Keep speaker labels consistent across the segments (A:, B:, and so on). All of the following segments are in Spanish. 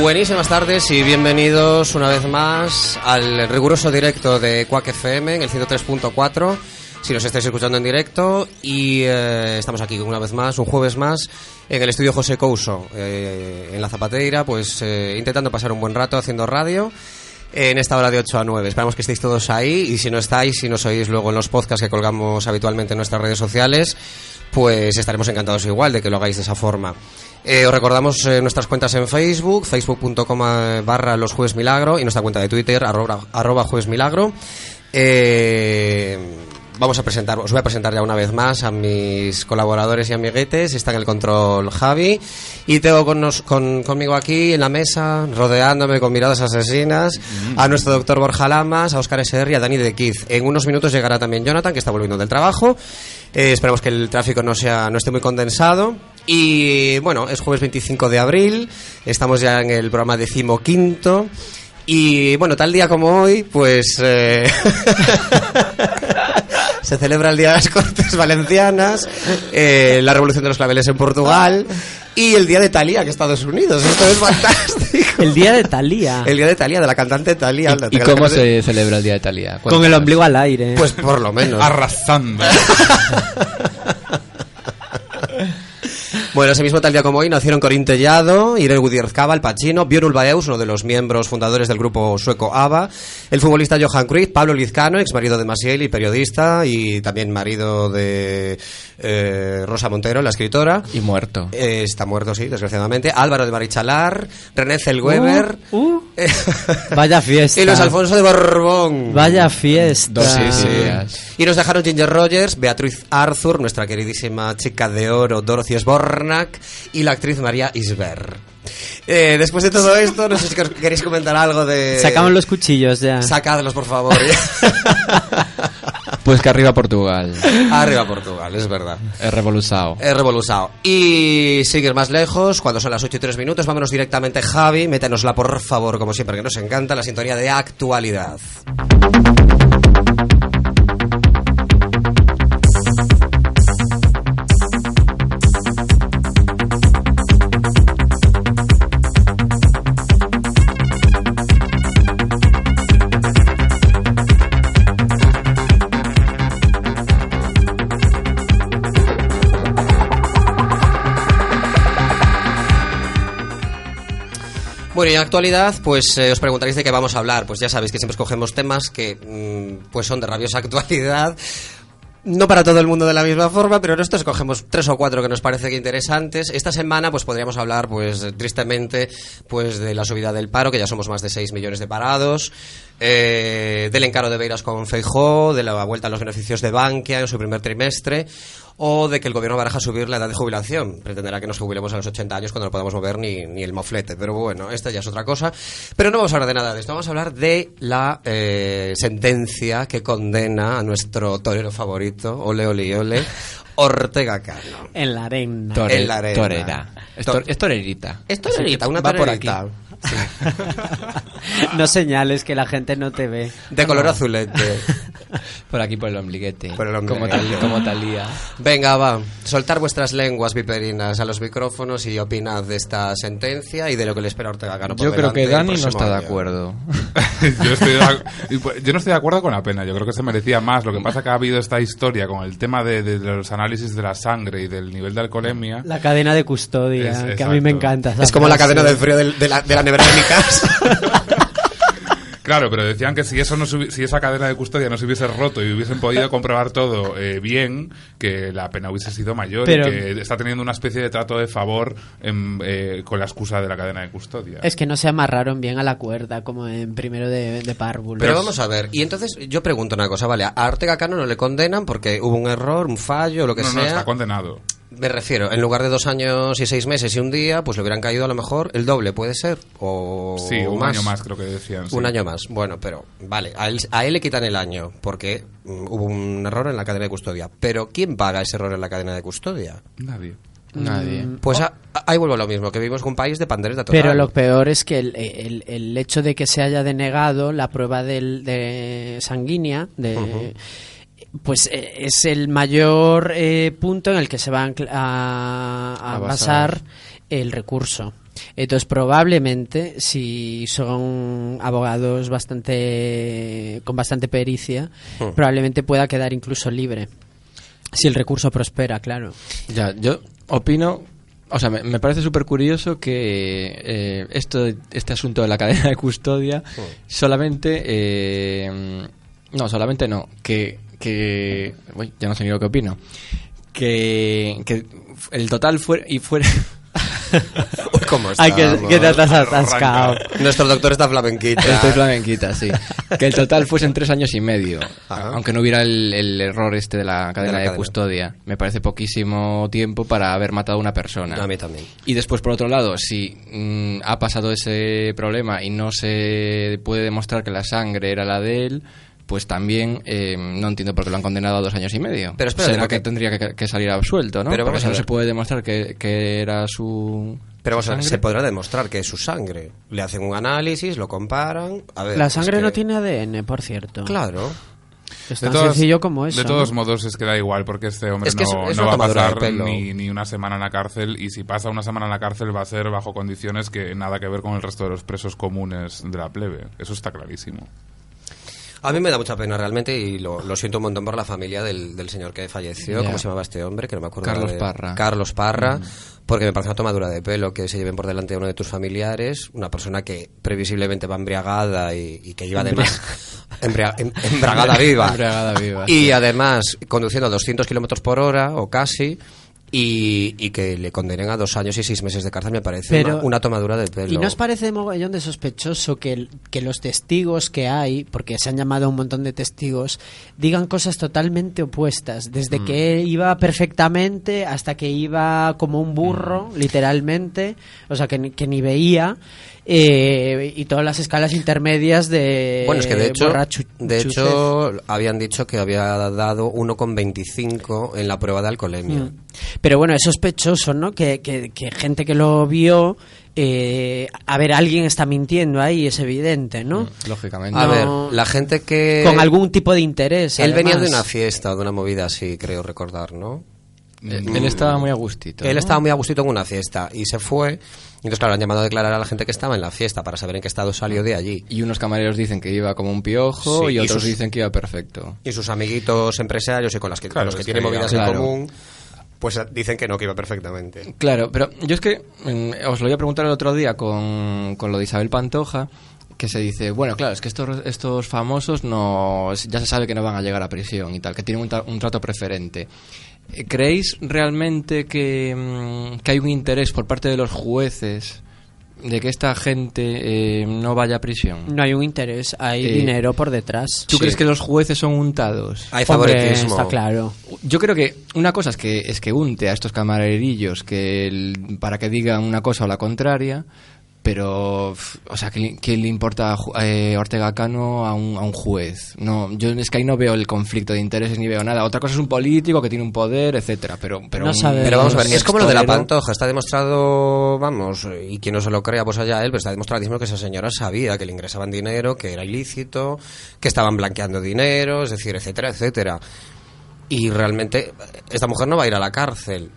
A: Buenísimas tardes y bienvenidos una vez más al riguroso directo de Quack FM en el 103.4. Si nos estáis escuchando en directo y eh, estamos aquí una vez más, un jueves más, en el estudio José Couso, eh, en la Zapateira, pues eh, intentando pasar un buen rato haciendo radio en esta hora de 8 a 9. Esperamos que estéis todos ahí y si no estáis, si nos oís luego en los podcasts que colgamos habitualmente en nuestras redes sociales, pues estaremos encantados igual de que lo hagáis de esa forma. Eh, os recordamos eh, nuestras cuentas en Facebook, facebook.com barra los jueves milagro y nuestra cuenta de Twitter, arroba, arroba jueves milagro. Eh, vamos a presentar, os voy a presentar ya una vez más a mis colaboradores y amiguetes. Está en el control Javi y tengo con nos- con- conmigo aquí en la mesa, rodeándome con miradas asesinas, a nuestro doctor Borja Lamas, a Oscar SR y a Dani de Kiz. En unos minutos llegará también Jonathan, que está volviendo del trabajo. Eh, esperemos que el tráfico no, sea, no esté muy condensado. Y bueno, es jueves 25 de abril, estamos ya en el programa decimoquinto. Y bueno, tal día como hoy, pues eh, se celebra el Día de las Cortes Valencianas, eh, la Revolución de los Claveles en Portugal y el Día de Talía en Estados Unidos. Esto es fantástico.
B: El día de Talía.
A: El Día de Talía, de la cantante Talía.
C: ¿Y cómo se celebra el Día de Italia?
B: Con el ombligo al aire.
A: Pues por lo menos.
D: Arrasando.
A: Bueno, ese mismo tal día como hoy nacieron Corín Tellado, Irene Gutiérrez-Cava, el Pachino, Björn Ulvaeus, uno de los miembros fundadores del grupo sueco ABBA, el futbolista Johan Cruyff, Pablo Lizcano, ex marido de Maciel y periodista, y también marido de eh, Rosa Montero, la escritora.
C: Y muerto.
A: Eh, está muerto, sí, desgraciadamente. Álvaro de Marichalar, René Zellweger
B: Uh, uh. Vaya fiesta.
A: y Luis Alfonso de Borbón.
B: Vaya fiesta.
C: Dos
A: Sí, sí.
C: días.
A: Y nos dejaron Ginger Rogers, Beatriz Arthur, nuestra queridísima chica de oro, Dorothy Sbornak, y la actriz María Isber. Eh, después de todo esto, no sé si queréis comentar algo de...
B: Sacamos los cuchillos ya.
A: Sacadlos, por favor.
C: Pues que arriba Portugal.
A: Arriba Portugal, es verdad.
C: He revolusado.
A: He revolusado. Y sin ir más lejos, cuando son las 8 y 3 minutos, vámonos directamente, Javi, métenosla por favor, como siempre, que nos encanta la sintonía de actualidad. Bueno, y en actualidad, pues eh, os preguntaréis de qué vamos a hablar. Pues ya sabéis que siempre escogemos temas que mm, pues son de rabiosa actualidad. No para todo el mundo de la misma forma, pero nosotros escogemos tres o cuatro que nos parece que interesantes. Esta semana, pues podríamos hablar, pues tristemente, pues de la subida del paro, que ya somos más de 6 millones de parados, eh, del encaro de Beiras con Feijó, de la vuelta a los beneficios de Bankia en su primer trimestre, o de que el gobierno baraja subir la edad de jubilación. Pretenderá que nos jubilemos a los 80 años cuando no podamos mover ni, ni el moflete. Pero bueno, esta ya es otra cosa. Pero no vamos a hablar de nada de esto. Vamos a hablar de la eh, sentencia que condena a nuestro torero favorito, ole, ole, ole, Ortega Cano.
B: En la arena.
C: Tore-
A: en la arena.
C: torera. Es, tor- es torerita.
A: Es torerita, una
C: Va por
A: torerita.
C: aquí.
B: No señales que la gente no te ve.
C: Ah.
A: De color azulete.
C: Por aquí, por el ombliguete.
A: Por el
C: Como,
A: ombliguete.
C: tal, como talía.
A: Venga, va. Soltar vuestras lenguas viperinas a los micrófonos y opinad de esta sentencia y de lo que le espera a Ortega Cano. por
C: Yo creo
A: delante
C: que
A: el
C: Dani no
A: próximo
C: está de
A: año.
C: acuerdo.
D: yo, estoy de- pues, yo no estoy de acuerdo con la pena, yo creo que se merecía más. Lo que pasa que ha habido esta historia con el tema de, de los análisis de la sangre y del nivel de alcoholemia.
B: La cadena de custodia,
D: Es-
B: que a mí me
D: exacto.
B: encanta. esa
A: Es como la
B: frase.
A: cadena del frío del- de, la, de la nevera de mi casa.
D: Claro, pero decían que si eso no se hubi- si esa cadena de custodia no se hubiese roto y hubiesen podido comprobar todo eh, bien, que la pena hubiese sido mayor
B: Pero-
D: y que está teniendo una especie de trato de favor em, eh, con la excusa de la cadena de custodia.
B: Es que no se amarraron bien a la cuerda, como en primero de, de párvulo.
A: Pero vamos a ver. Y entonces yo pregunto una cosa, vale. A Ortega Cano no le condenan porque hubo un error, un fallo, lo que
D: no,
A: sea.
D: no, está condenado.
A: Me refiero, en lugar de dos años y seis meses y un día, pues le hubieran caído a lo mejor el doble, puede ser. O
D: Sí, un año más creo que decían. sí.
A: Un año más, bueno, pero vale, a él, a él le quitan el año porque mm, hubo un error en la cadena de custodia. Pero ¿quién paga ese error en la cadena de custodia?
D: Nadie.
B: Mm.
C: Nadie.
A: Pues a- a- ahí vuelvo a lo mismo, que vivimos un país de pandereta total.
B: Pero lo peor es que el, el- el hecho de que se haya denegado la prueba del, de sanguínea, de, pues eh, es el mayor eh, punto en el que se va a, ancla- a- a
C: A basar.
B: basar el recurso. Entonces, probablemente, si son abogados bastante con bastante pericia, probablemente pueda quedar incluso libre. Si el recurso prospera, claro.
C: Ya, yo opino, o sea, me, me parece súper curioso que eh, esto, este asunto de la cadena de custodia solamente, eh, no, solamente no, que, que, uy, ya no sé ni lo que opino, que, que el total fuera, y fuera,
A: Uy, ¿Cómo
B: Ay, que,
A: estamos?
B: que te has atascado.
A: Nuestro doctor está flamenquito.
C: Estoy flamenquita, sí. Que el total fuesen tres años y medio.
A: Ajá.
C: Aunque no hubiera el, el error este de la cadena de,
A: cadena.
C: custodia. Me parece poquísimo tiempo para haber matado a una persona.
A: A mí también.
C: Y después, por otro lado, si mm, ha pasado ese problema y no se puede demostrar que la sangre era la de él, pues también eh, no entiendo por qué lo han condenado a dos años y medio.
A: Pero espérate,
C: Será
A: porque-
C: que tendría que, que salir absuelto, ¿no?
A: Pero vamos
C: Porque si
A: a
C: no
A: ver.
C: se puede demostrar que, que era su...
A: Pero vamos a ver,
C: sangre.
A: se podrá demostrar que es su sangre. Le hacen un análisis, lo comparan. A ver,
B: La
A: Eh, es
B: sangre
A: que-
B: no tiene ADN, por cierto.
A: Claro.
B: Es
D: De
B: tan
D: todas-
B: sencillo como eso.
D: De todos
B: ¿no?
D: modos, es que da igual porque este hombre
A: Es que es-
D: no,
A: es
D: no
A: una
D: va a
A: tomadura de
D: pasar
A: pelo.
D: ni, ni una semana en la cárcel. Y si pasa una semana en la cárcel, va a ser bajo condiciones que nada que ver con el resto de los presos comunes de la plebe. Eso está clarísimo.
A: A mí me da mucha pena realmente y lo, lo siento un montón por la familia del, del señor que falleció.
C: Ya.
A: ¿Cómo se llamaba este hombre? Que no me acuerdo.
C: Carlos
A: de-
C: Parra. Mm.
A: Carlos Parra. Porque me parece una tomadura de pelo que se lleven por delante a uno de tus familiares, una persona que previsiblemente va embriagada y, y que lleva además. embria- em- embragada viva.
C: Embriagada viva,
A: Y además conduciendo a 200 kilómetros por hora o casi. Y, y que le condenen a dos años y seis meses de cárcel me parece
B: Pero-
A: una, una tomadura de pelo.
B: ¿Y no os parece mogollón de sospechoso que, el- que los testigos que hay, porque se han llamado a un montón de testigos, digan cosas totalmente opuestas? Desde
A: Mm.
B: que iba perfectamente hasta que iba como un burro,
A: Mm.
B: literalmente, o sea, que, ni- que ni veía, eh, y todas las escalas intermedias de
A: Bueno, es que de hecho,
B: borrachu-
A: de
B: Eh, chuches.
A: hecho habían dicho que había dado 1,25 en la prueba de alcoholemia.
B: Pero bueno, es sospechoso, ¿no? Que, que- que gente que lo vio, eh, a ver, alguien está mintiendo ahí, es evidente, ¿no?
A: Mm.
C: Lógicamente.
A: A
B: No.
A: ver, la gente que...
B: Con algún tipo de interés.
A: Él venía de
B: además.
A: una fiesta, de una movida así, creo recordar, ¿no?
C: eh, Él, él estaba muy a gustito.
A: mm, Él
C: ¿no?
A: estaba muy a gustito en una fiesta y se fue. Entonces, claro, han llamado a declarar a la gente que estaba en la fiesta para saber en qué estado salió de allí.
C: Y unos camareros dicen que iba como un piojo
A: Sí,
C: y
A: y
C: otros
A: sus-
C: dicen que iba perfecto.
A: Y sus amiguitos empresarios y con las que,
D: Claro,
A: los que
D: es
A: tienen
D: que,
A: movidas en
C: claro.
A: común, pues dicen que no, que iba perfectamente.
C: Claro, pero yo es que mm, os lo voy a preguntar el otro día con, con lo de Isabel Pantoja, que se dice, bueno, claro, es que estos, estos famosos no, ya se sabe que no van a llegar a prisión y tal, que tienen un, tra- un trato preferente. Eh, ¿Creéis realmente que, mm, que hay un interés por parte de los jueces de que esta gente eh, no vaya a prisión?
B: No hay un interés, hay
C: Eh,
B: dinero por detrás.
C: ¿Tú
A: Sí.
C: crees que los jueces son untados?
A: Hay
B: Hombre,
A: favoritismo.
B: está claro.
C: Yo creo que una cosa es que es que unte a estos camarerillos que el- para que digan una cosa o la contraria, pero, f- o sea, ¿qué, le- qué le importa a Ju- eh, Ortega Cano a un, a un juez? No, yo es que ahí no veo el conflicto de intereses ni veo nada. Otra cosa es un político que tiene un poder, etcétera, pero, pero,
B: No
C: un-
B: sabemos.
A: Pero vamos a ver,
C: un
A: es como lo de la
C: extorero-
A: pantoja, está demostrado, vamos, y quien no se lo crea, pues allá él, pero está demostradísimo que esa señora sabía que le ingresaban dinero, que era ilícito, que estaban blanqueando dinero, es decir, etcétera, etcétera. Y realmente esta mujer no va a ir a la cárcel,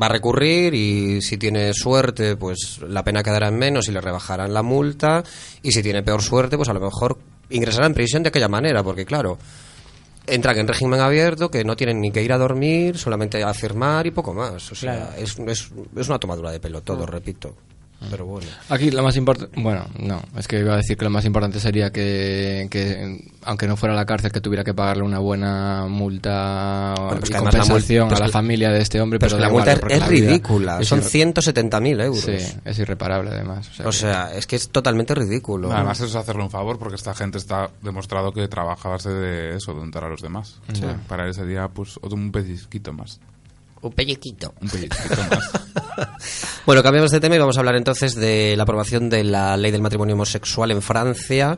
A: va a recurrir y si tiene suerte, pues la pena quedará en menos y le rebajarán la multa, y si tiene peor suerte, pues a lo mejor ingresará en prisión de aquella manera, porque claro, entran en régimen abierto, que no tienen ni que ir a dormir, solamente a firmar y poco más. O sea, es, es, es una tomadura de pelo todo, repito. Pero bueno.
C: Aquí lo más importante, bueno, no, es que iba a decir que lo más importante sería que, que, aunque no fuera a la cárcel, que tuviera que pagarle una buena multa
A: Bueno, pues
C: y
A: que además la
C: compensación
A: multa- pues
C: a la
A: que-
C: familia de este hombre.
A: Pero,
C: Pero,
A: es que la
C: da
A: multa
C: igual,
A: es,
C: porque
A: es
C: la vida
A: ridículo,
C: es
A: son
C: irre-
A: 170.000 euros. Pues
C: Sí, es irreparable además. O sea,
A: O sea, es que es totalmente ridículo.
D: Además, eso es hacerle un favor porque esta gente está demostrado que trabaja a base de eso, de untar a los demás. Para él sería pues, otro- un pellizquito más.
A: Un pellequito.
D: Un pellizquito más.
A: Bueno, cambiamos de tema y vamos a hablar entonces de la aprobación de la ley del matrimonio homosexual en Francia,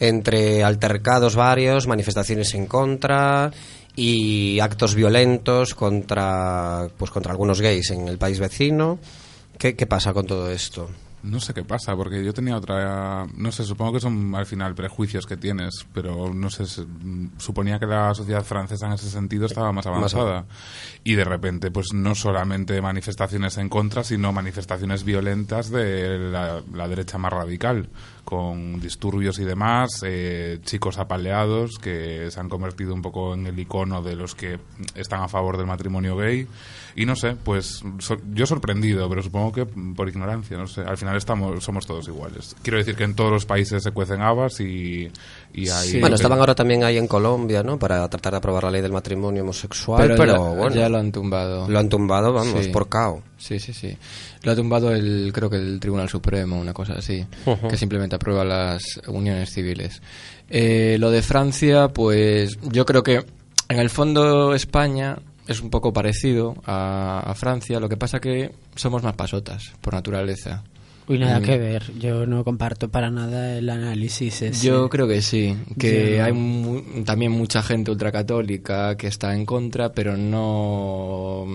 A: entre altercados varios, manifestaciones en contra y actos violentos contra, pues, contra algunos gays en el país vecino. ¿Qué, qué pasa con todo esto?
D: No sé qué pasa, porque yo tenía otra... No sé, supongo que son al final prejuicios que tienes, pero no sé, se- mm, suponía que la sociedad francesa en ese sentido estaba más avanzada. Y de repente, pues no solamente manifestaciones en contra, sino manifestaciones violentas de la, la derecha más radical, con disturbios y demás, eh, chicos apaleados que se han convertido un poco en el icono de los que están a favor del matrimonio gay. Y no sé, pues so- yo sorprendido, pero supongo que mm, por ignorancia, no sé. Al final estamos, somos todos iguales. Quiero decir que en todos los países se cuecen habas y, y hay...
A: bueno, estaban ahora también ahí en Colombia, ¿no? Para tratar de aprobar la ley del matrimonio homosexual, pero,
C: ya-
A: bueno,
C: ya lo han tumbado.
A: lo han tumbado, vamos,
C: Sí.
A: por cao.
C: Sí, sí, sí. Lo ha tumbado el, creo que el Tribunal Supremo, una cosa así, que simplemente aprueba las uniones civiles. Eh, lo de Francia, pues yo creo que en el fondo España es un poco parecido a, a Francia, lo que pasa que somos más pasotas por naturaleza.
B: Uy,
A: Mm.
B: nada que ver. Yo no comparto para nada el análisis ese.
C: Yo creo que sí, que
B: Yo-
C: hay mu- también mucha gente ultracatólica que está en contra, pero no,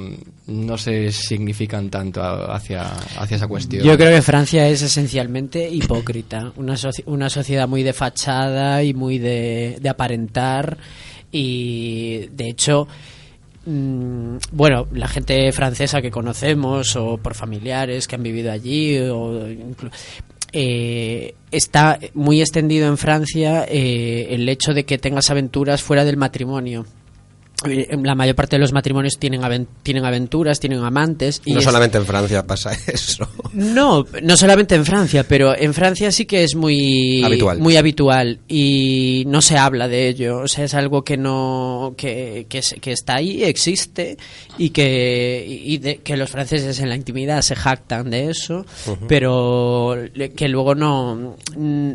C: no se significan tanto a- hacia, hacia esa cuestión.
B: Yo creo que Francia es esencialmente hipócrita, una, soci- una sociedad muy de fachada y muy de, de aparentar y de hecho, mm, bueno, la gente francesa que conocemos o por familiares que han vivido allí o inclu- eh, está muy extendido en Francia eh, el hecho de que tengas aventuras fuera del matrimonio. Eh, La mayor parte de los matrimonios tienen, aven- tienen aventuras, tienen amantes. Y
A: no
B: es-
A: solamente en Francia pasa eso.
B: no, no solamente en Francia, pero en Francia sí que es muy
A: Habitual.
B: muy habitual y no se habla de ello. O sea, es algo que no que, que, es- que está ahí, existe y que y de- que los franceses en la intimidad se jactan de eso, pero le- que luego no mm,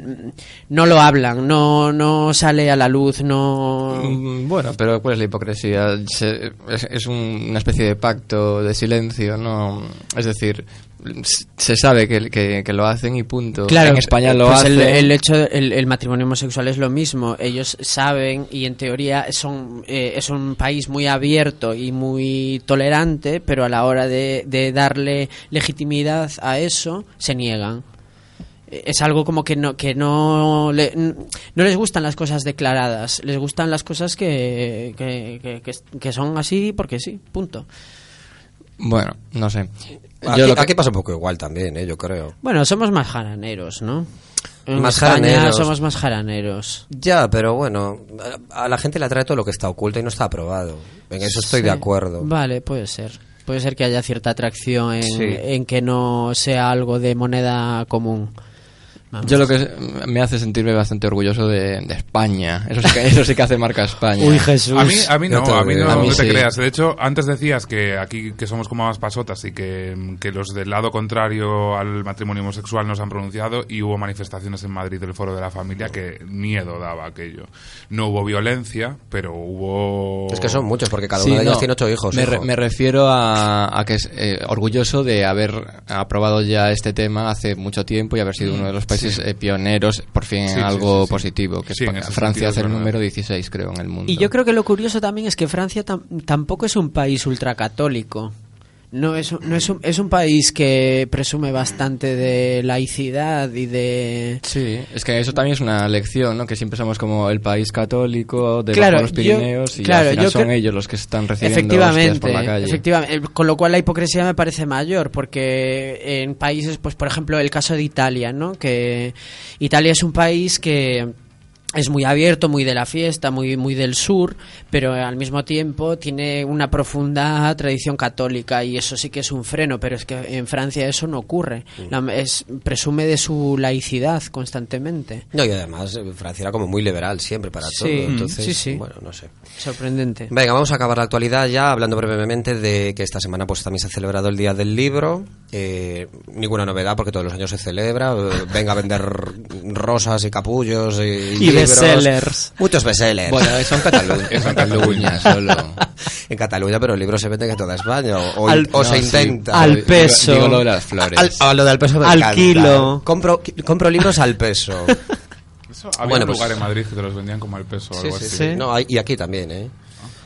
B: no lo hablan, no no sale a la luz, no
C: Mm, Bueno, pero ¿cuál es la hipocresía? Se- es es un- una especie de pacto de silencio, ¿no? Es decir, s- se sabe que, que- que lo hacen y punto. en España lo
B: pues
C: hacen.
B: El, el hecho, el, el matrimonio homosexual es lo mismo. Ellos saben y en teoría son eh, es un país muy abierto y muy tolerante, pero a la hora de, de darle legitimidad a eso se niegan. Eh, Es algo como que no que no le- n- no les gustan las cosas declaradas, les gustan las cosas que que, que- que- que son así porque sí, punto.
C: Bueno, no sé. Yo
A: Aquí,
C: lo que-
A: aquí pasa un poco igual también, ¿eh? yo creo.
B: Bueno, somos más jaraneros, ¿no? En
A: Más
B: España
A: jaraneros.
B: Somos más jaraneros.
A: Ya, pero bueno, a a la gente le atrae todo lo que está oculto y no está aprobado. En eso estoy de
B: Sí.
A: acuerdo.
B: Vale, puede ser. Puede ser que haya cierta atracción en,
A: Sí.
B: en que no sea algo de moneda común. Ah. Vamos.
C: Yo lo que me hace sentirme bastante orgulloso de, de España. Eso sí, que, eso sí que hace marca España.
B: Uy, Jesús.
D: A mí, a mí
C: Ya
D: no,
C: te lo
D: a mí
C: digo.
D: no,
C: A mí
D: no te
C: sí.
D: creas. De hecho, antes decías que aquí que somos como más pasotas y que, que los del lado contrario al matrimonio homosexual nos han pronunciado y hubo manifestaciones en Madrid del Foro de la Familia que miedo daba aquello. No hubo violencia, pero hubo...
A: Es que son muchos, porque cada
C: Sí,
A: uno de ellos
C: no.
A: tiene ocho hijos.
C: Me,
A: hijo.
C: re- me refiero a, a que es eh, orgulloso de haber aprobado ya este tema hace mucho tiempo y haber sido uno de los países eh, pioneros, por fin, en
D: Sí, sí,
C: algo
D: sí, sí.
C: positivo. Que es
D: Sí, en
C: pa-
D: ese sentido
C: Francia
D: es
C: hace el
D: verdad.
C: número 16, creo, en el mundo.
B: Y yo creo que lo curioso también es que Francia tam- tampoco es un país ultracatólico. No es, un- no es un, es un país que presume bastante de laicidad y de
C: Sí, es que eso también es una lección, ¿no? Que siempre somos como el país católico de
B: Claro,
C: los pueblos
B: yo-
C: Pirineos y
B: claro,
C: al final
B: yo
C: son
B: cre-
C: ellos los que están recibiendo hostias
B: efectivamente,
C: por la calle.
B: efectivamente. Eh, Con lo cual la hipocresía me parece mayor, porque en países, pues por ejemplo el caso de Italia, ¿no? Que Italia es un país que es muy abierto, muy de la fiesta, muy muy del sur, pero al mismo tiempo tiene una profunda tradición católica y eso sí que es un freno, pero es que en Francia eso no ocurre.
C: Mm.
B: La- es, presume de su laicidad constantemente.
A: No, y además eh, Francia era como muy liberal siempre para
B: Sí,
A: todo.
B: mm,
A: Entonces,
B: sí, sí.
A: bueno, no sé.
B: Sorprendente.
A: Venga, vamos a acabar la actualidad ya hablando brevemente de que esta semana pues también se ha celebrado el Día del Libro. Eh, ninguna novedad porque todos los años se celebra. Eh, Venga a vender rosas y capullos y, libros.
B: bestsellers.
A: Muchos bestsellers.
C: Bueno, eso en Cataluña, eso en Cataluña solo.
A: en Cataluña, pero el libro se vende en toda España. O, o-
B: Al-
A: o se
C: No, sí.
A: intenta.
B: Al
C: Digo-
B: peso.
C: Digo lo de las flores.
A: Al- a lo del peso me
B: Al
A: encanta.
B: kilo.
A: Compro, qui- compro libros al peso.
D: Eso, había
A: Bueno,
D: un
A: pues-
D: lugar en Madrid que te los vendían como al peso o
A: Sí,
D: algo
A: sí,
D: así.
A: sí. No, hay- y aquí también, ¿eh?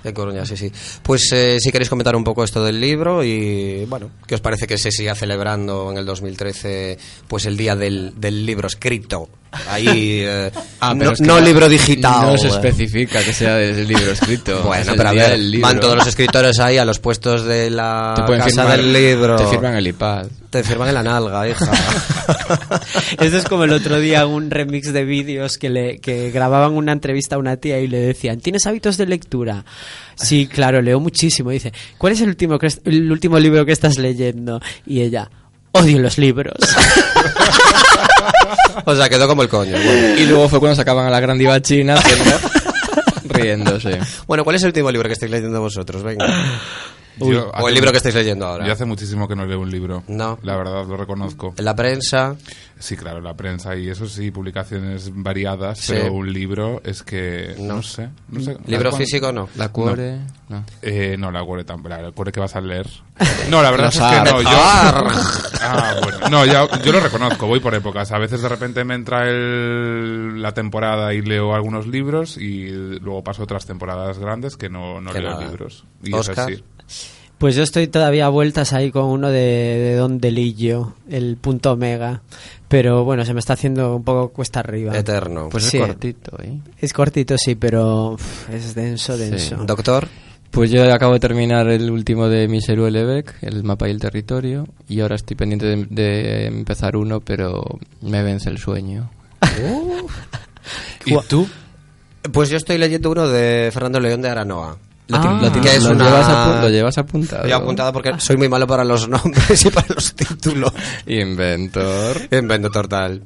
A: En Coruña, sí, sí. Pues eh, si queréis comentar un poco esto del libro y, bueno, ¿qué os parece que se siga celebrando en el 2013 pues el día del, del libro escrito? Ahí, eh,
C: Ah, pero
A: no,
C: es que
A: no libro digital. eh.
C: No se especifica que sea del libro escrito. es
A: Bueno,
C: el
A: pero a
C: día
A: ver,
C: del libro.
A: van todos los escritores ahí a los puestos de la
C: Te pueden
A: Ah, casa
C: firmar-
A: del libro.
C: Te firman el iPad.
A: Te firman en la nalga, hija.
B: Esto es como el otro día un remix de vídeos que le que grababan una entrevista a una tía y le decían, ¿tienes hábitos de lectura? Sí, claro, leo muchísimo. Y dice, ¿cuál es el último, que es- el último libro que estás leyendo? Y ella, odio los libros.
A: o sea, quedó como el coño. Bueno.
C: Y luego fue cuando sacaban a la gran diva china haciendo- riéndose.
A: Bueno, ¿cuál es el último libro que estáis leyendo vosotros? Venga.
D: Yo hace
A: o el libro
D: mu-
A: que estáis leyendo ahora.
D: Yo hace muchísimo que no leo un libro.
A: No.
D: La verdad, lo reconozco.
A: En la prensa.
D: Sí, claro, la prensa y eso sí, publicaciones variadas,
A: Sí.
D: pero un libro es que no, sé, no sé.
A: ¿Libro
D: Cuan-
A: físico no?
C: La cuore. No.
D: Eh, no, la cuore tan, la cuore que vas a leer. No, la verdad
C: Los
D: es que no,
C: ar-
D: yo Ah, bueno. No, ya- yo lo reconozco, voy por épocas. A veces de repente me entra el- la temporada y leo algunos libros y luego paso otras temporadas grandes que no, no
A: Que
D: leo
A: nada.
D: libros. Y
A: Óscar.
D: es así.
B: Pues yo estoy todavía a vueltas ahí con uno de, de Don Delillo, el punto omega. Pero bueno, se me está haciendo un poco cuesta arriba.
A: Eterno.
C: Pues
B: Sí.
C: es cortito, ¿eh?
B: Es cortito, sí, pero uf, es denso, denso.
A: Doctor.
C: Pues yo acabo de terminar el último de Miseru Lebec, el mapa y el territorio, y ahora estoy pendiente de, de empezar uno, pero me vence el sueño.
D: ¿Y tú?
A: Pues yo estoy leyendo uno de Fernando León de Aranoa.
C: Lo, ti-
B: Ah.
C: lo ti-
A: Que es
C: lo
A: una-
C: llevas apu- lo llevas apuntado.
A: Lo he apuntado porque soy muy malo para los nombres y para los títulos.
C: Inventor.
A: Invento total.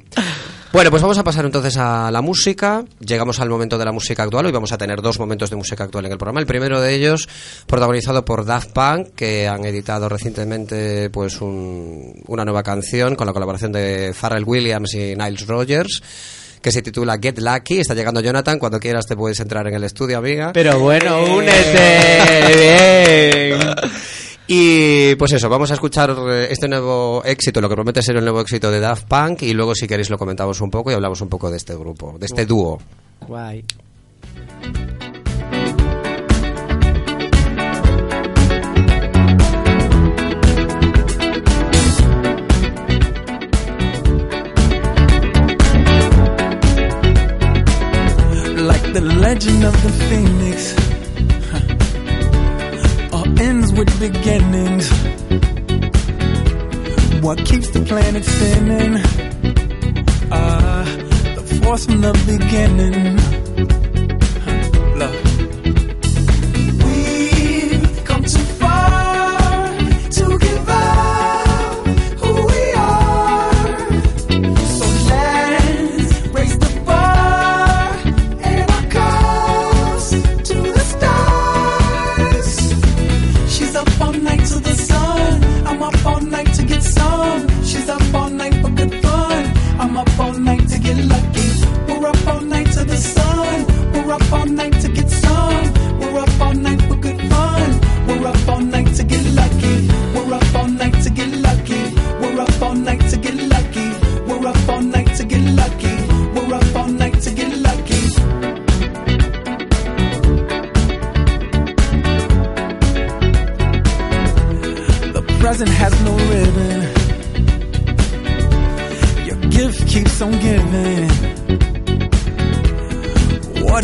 A: Bueno, pues vamos a pasar entonces a la música. Llegamos al momento de la música actual. Hoy vamos a tener dos momentos de música actual en el programa. El primero de ellos, protagonizado por Daft Punk, que han editado recientemente pues un- una nueva canción con la colaboración de Pharrell Williams y Niles Rogers, que se titula Get Lucky. Está llegando Jonathan. Cuando quieras te puedes entrar en el estudio, amiga.
B: Pero bueno,
A: Eh. únete. Bien. Y pues eso, vamos a escuchar eh, este nuevo éxito, lo que promete ser el nuevo éxito de Daft Punk, y luego si queréis lo comentamos un poco y hablamos un poco de este grupo, de este dúo.
B: Guay.
E: like the legend of the phoenix. Huh. All ends with beginnings. What keeps the planet spinning? Ah, the force from the beginning. Huh. Look. We've come too far to give up who we are. So let gift keeps on giving. What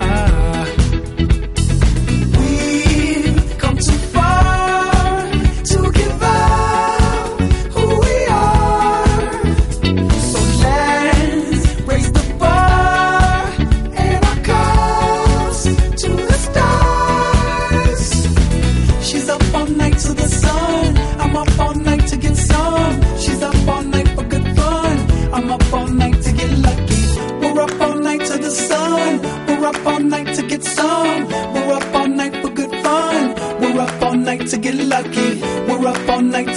E: Ah. We've come too far to give up who we are. So let's raise the bar and our cause to the stars. She's up all night to the sun. I'm up all night to get some. She's up all night for good fun. I'm up all night to get lucky. We're up all night to the sun. We're up all night to get some. We're up all night for good fun. We're up all night to get lucky. We're up all night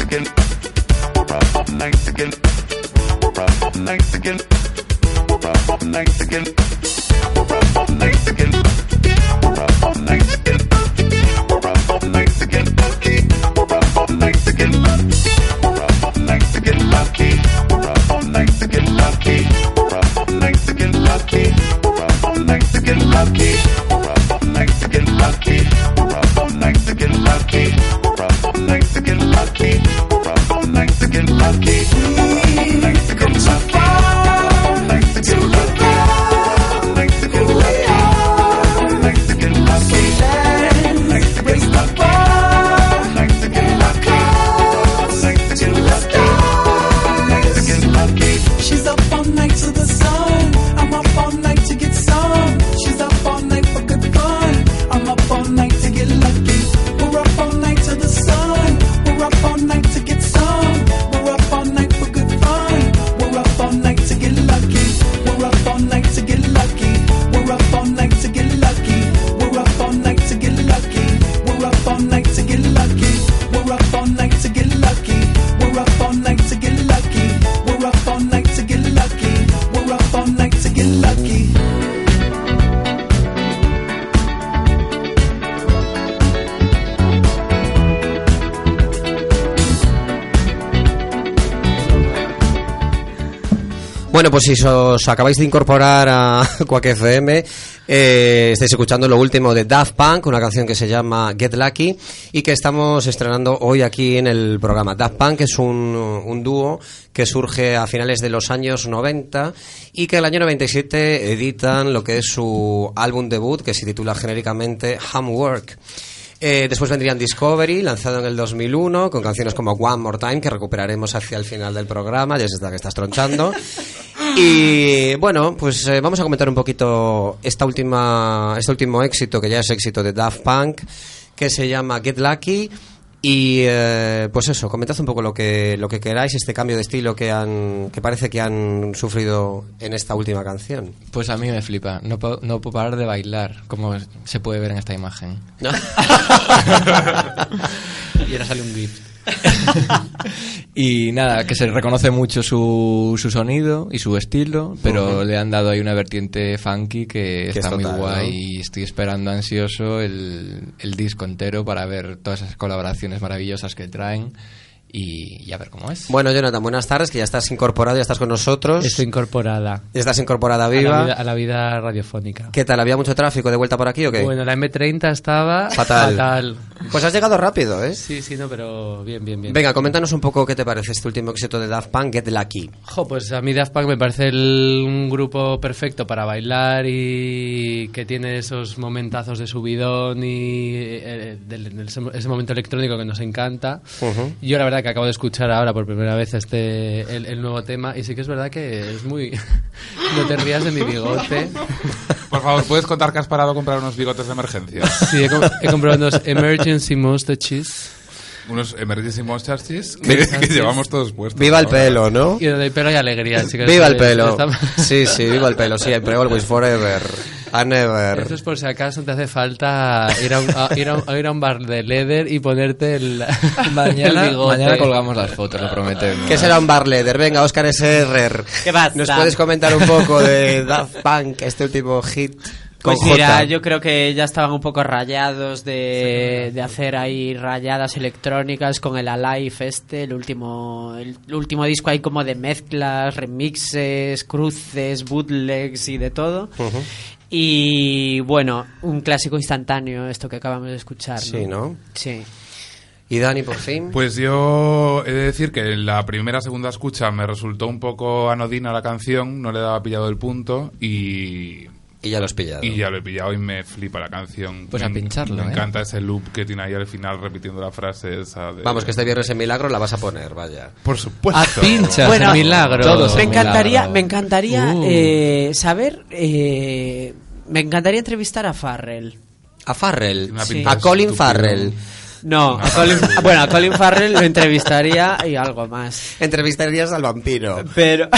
E: to get. We're up all night to get. We're up all night to get. We're up all night to get. We're up all night to get. We're up all night to get. We're up all night to get lucky. We're up all night to get lucky. We're up all night to get lucky. We're up all night to get lucky. We're up all night to get lucky. We're up all night to get lucky. We're up all night to get lucky. We're up all night to get lucky. We're up all night to get lucky. We're up all night to get lucky. We're up all night to get lucky. We're up all night to get lucky. We're up all night to get lucky. We're up all night to get lucky. We're up all night to get lucky. We're up all night to get lucky. We're up all night to get lucky. She's up all night to the sun. I'm up all night to get some. She's up all night for good fun. I'm up all night to get lucky. We're up all night to the sun. We're up all night to get some. We're up all night for good fun. We're up all night to get lucky. We're up all night to get lucky. We're up all night to get lucky. We're up all night to get lucky. We're up all night to get lucky. We're up all night to get lucky. We're up all night to get lucky. We're up all night to get lucky. We're up all night to get lucky.
A: Bueno, pues si os acabáis de incorporar a Quack FM, eh, estáis escuchando lo último de Daft Punk, una canción que se llama Get Lucky y que estamos estrenando hoy aquí en el programa. Daft Punk es un, un dúo que surge a finales de los años 90 y que el año 97 editan lo que es su álbum debut que se titula genéricamente Homework. Eh, después vendrían Discovery, lanzado en el 2001, con canciones como One More Time, que recuperaremos hacia el final del programa, ya se está que estás tronchando. Y bueno, pues eh, vamos a comentar un poquito esta última, este último éxito, que ya es éxito de Daft Punk, que se llama Get Lucky. Y eh, pues eso, comentad un poco lo que, lo que queráis, este cambio de estilo que, han, que parece que han sufrido en esta última canción.
C: Pues a mí me flipa. No, puedo- no puedo parar de bailar, como se puede ver en esta imagen.
F: Y ahora sale un GIF.
C: y nada, que se reconoce mucho su, su sonido y su estilo, pero le han dado ahí una vertiente funky que,
A: es
C: está
A: total,
C: muy guay
A: ¿no?
C: y estoy esperando ansioso el, el disco entero para ver todas esas colaboraciones maravillosas que traen y, y a ver cómo es.
A: Bueno, Jonathan, buenas tardes, que ya estás incorporado, ya estás con nosotros.
F: Estoy incorporada.
A: Ya Estás incorporada
F: A la,
A: viva.
F: vida, a la vida radiofónica.
A: ¿Qué tal? ¿Había mucho tráfico de vuelta por aquí o qué?
F: Bueno, la M30 estaba
A: Fatal. Pues has llegado rápido, ¿eh?
F: Sí, sí, no, pero bien, bien, bien.
A: Venga, coméntanos un poco qué te parece este último éxito de Daft Punk, Get Lucky.
F: Jo, pues a mí Daft Punk me parece el- un grupo perfecto para bailar y que tiene esos momentazos de subidón y eh, del- del- ese momento electrónico que nos encanta. Yo la verdad que acabo de escuchar ahora por primera vez este el, el nuevo tema y sí que es verdad que es muy... no te rías de mi bigote.
D: Por favor, ¿puedes contar que has parado a comprar unos bigotes de emergencia?
F: Sí, he, com- he comprado unos Emergency Mustaches
D: unos emergency monsters que, que llevamos todos puestos.
A: Viva el
D: ahora.
A: pelo, ¿no?
F: y donde hay pelo y alegría. así que
A: Viva el
F: esto-
A: pelo.
F: esta-
A: Sí, sí, viva el pelo. Siempre, always, forever, and never.
F: Esto es por si acaso te hace falta ir a un, a- ir a un- a ir a un bar de leather y ponerte el,
C: mañana,
F: el bigote.
C: mañana colgamos las fotos, lo prometemos.
A: ¿Qué será un bar leather? Venga, Oscar S. Herrer.
G: Que basta.
A: ¿Nos puedes comentar un poco de Daft Punk, este último hit Con
B: Pues mira,
A: J.
B: yo creo que ya estaban un poco rayados de, de hacer ahí rayadas electrónicas con el Alive este, el último, el, último disco ahí como de mezclas, remixes, cruces, bootlegs y de todo. Y bueno, un clásico instantáneo esto que acabamos de escuchar.
A: Sí, ¿no?
B: Sí.
A: Y Dani, por fin.
D: Pues yo he de decir que en la primera segunda escucha me resultó un poco anodina la canción, no le daba pillado el punto y,
A: y ya lo has pillado.
D: y ya lo he pillado y me flipa la canción.
C: Pues a
D: Me en-
C: pincharlo,
D: Me
C: ¿eh?
D: encanta ese loop que tiene ahí al final repitiendo la frase esa de...
A: Vamos, que este viernes en Milagro la vas a poner, vaya.
D: Por
F: A
D: supuesto.
F: pinchas,
B: Bueno,
F: a milagro.
C: todos
B: me
C: son
B: encantaría,
C: milagros.
B: me encantaría
F: Uh.
B: eh, saber, eh, me encantaría entrevistar a Farrell.
A: A Farrell.
D: Una
B: Sí. pinta
A: A Colin
D: estúpida.
A: Farrell.
B: No, a Colin- bueno, a Colin Farrell lo entrevistaría y algo más.
A: Entrevistarías al vampiro.
B: Pero.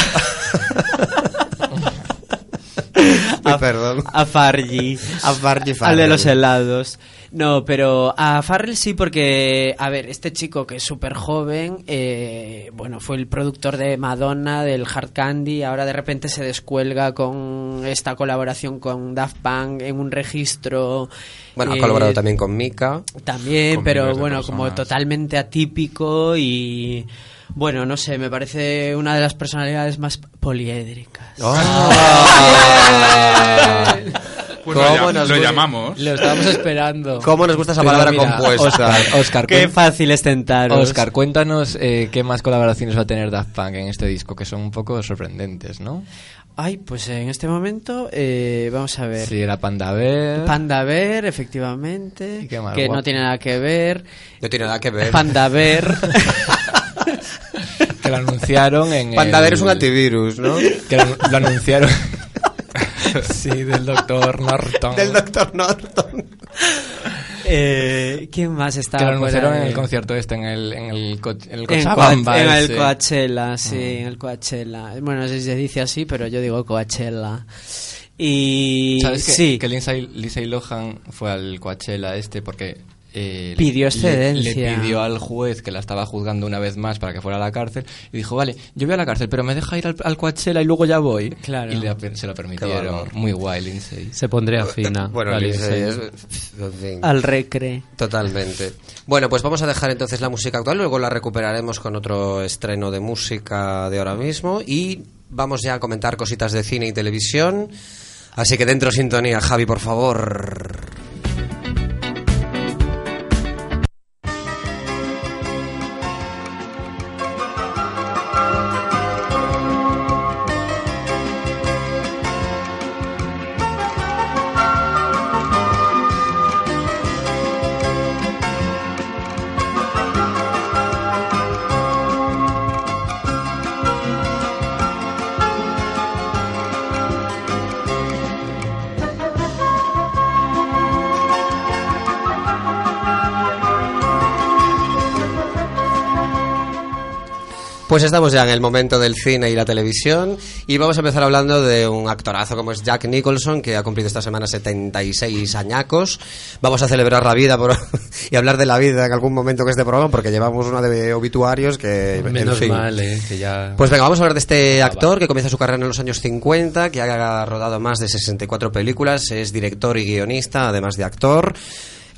A: Ay, perdón.
B: A Fargi.
A: A Fargi
B: Al de
A: Farrell.
B: los helados. No, pero a Farrell sí, porque, a ver, este chico que es súper joven, eh, bueno, fue el productor de Madonna, del Hard Candy, ahora de repente se descuelga con esta colaboración con Daft Punk en un registro.
A: Bueno, ha
B: eh,
A: colaborado también con Mika.
B: También,
D: con
B: pero
D: millones de
B: bueno, como
D: personas.
B: totalmente atípico y bueno, no sé, me parece una de las personalidades más poliédricas.
C: Ah.
D: Pues lo,
A: ¿Cómo
D: llam-
A: nos
D: lo
A: voy-
D: llamamos.
F: Lo estábamos esperando.
A: ¿Cómo nos gusta esa
C: Pero
A: palabra
C: mira,
A: compuesta?
C: Oscar, Oscar,
B: Qué
C: cuen-
B: fácil es tentaros.
C: Oscar, cuéntanos eh, qué más colaboraciones va a tener Daft Punk en este disco, que son un poco sorprendentes, ¿no?
B: Ay, pues en este momento eh, vamos a ver.
C: Sí, la Panda Bear.
B: Panda Bear, efectivamente,
C: Y qué mal,
B: que
C: guapo.
B: no tiene nada que ver.
A: No tiene nada que ver.
B: Panda Bear.
C: que lo anunciaron en.
A: Pandaver
C: el-
A: es un antivirus, ¿no?
C: Que lo, lo anunciaron. sí, del doctor Norton.
A: Del Dr. Norton.
B: Eh, ¿Quién más estaba
C: Que lo
B: por
C: anunciaron en
B: ahí?
C: el concierto este, en el. En el, co- en el
B: En,
C: Cochabamba,
B: Coa- en el
C: ese.
B: Coachella, sí,
C: Ah.
B: en el Coachella. Bueno, no sé si se dice así, pero yo digo Coachella. Y
C: ¿Sabes que,
B: sí,
C: que Lindsay, Lindsay Lohan fue al Coachella este porque... eh,
B: Pidió
C: le-
B: excedencia.
C: Le, pidió al juez que la estaba juzgando una vez más para que fuera a la cárcel y dijo, vale, yo voy a la cárcel, pero me deja ir al, al Coachella y luego ya voy.
B: Claro.
C: Y le ap- se lo permitieron.
A: valor.
C: Muy guay, Lindsay.
F: Se pondría fina.
A: Bueno,
F: la
A: Lindsay
F: Lindsay.
A: es- en fin.
B: al recre.
A: Totalmente. Bueno, pues vamos a dejar entonces la música actual, luego la recuperaremos con otro estreno de música de ahora mismo y vamos ya a comentar cositas de cine y televisión. Así que dentro sintonía, Javi, por favor. Pues estamos ya en el momento del cine y la televisión y vamos a empezar hablando de un actorazo como es Jack Nicholson que ha cumplido esta semana 76 añacos. Vamos a celebrar la vida por- y hablar de la vida en algún momento que este programa porque llevamos una de obituarios que en
F: Menos
A: fin.
F: mal, eh, que ya...
A: Pues venga, vamos a hablar de este actor que comienza su carrera en los años 50, que ha rodado más de 64 películas, es director y guionista, además de actor.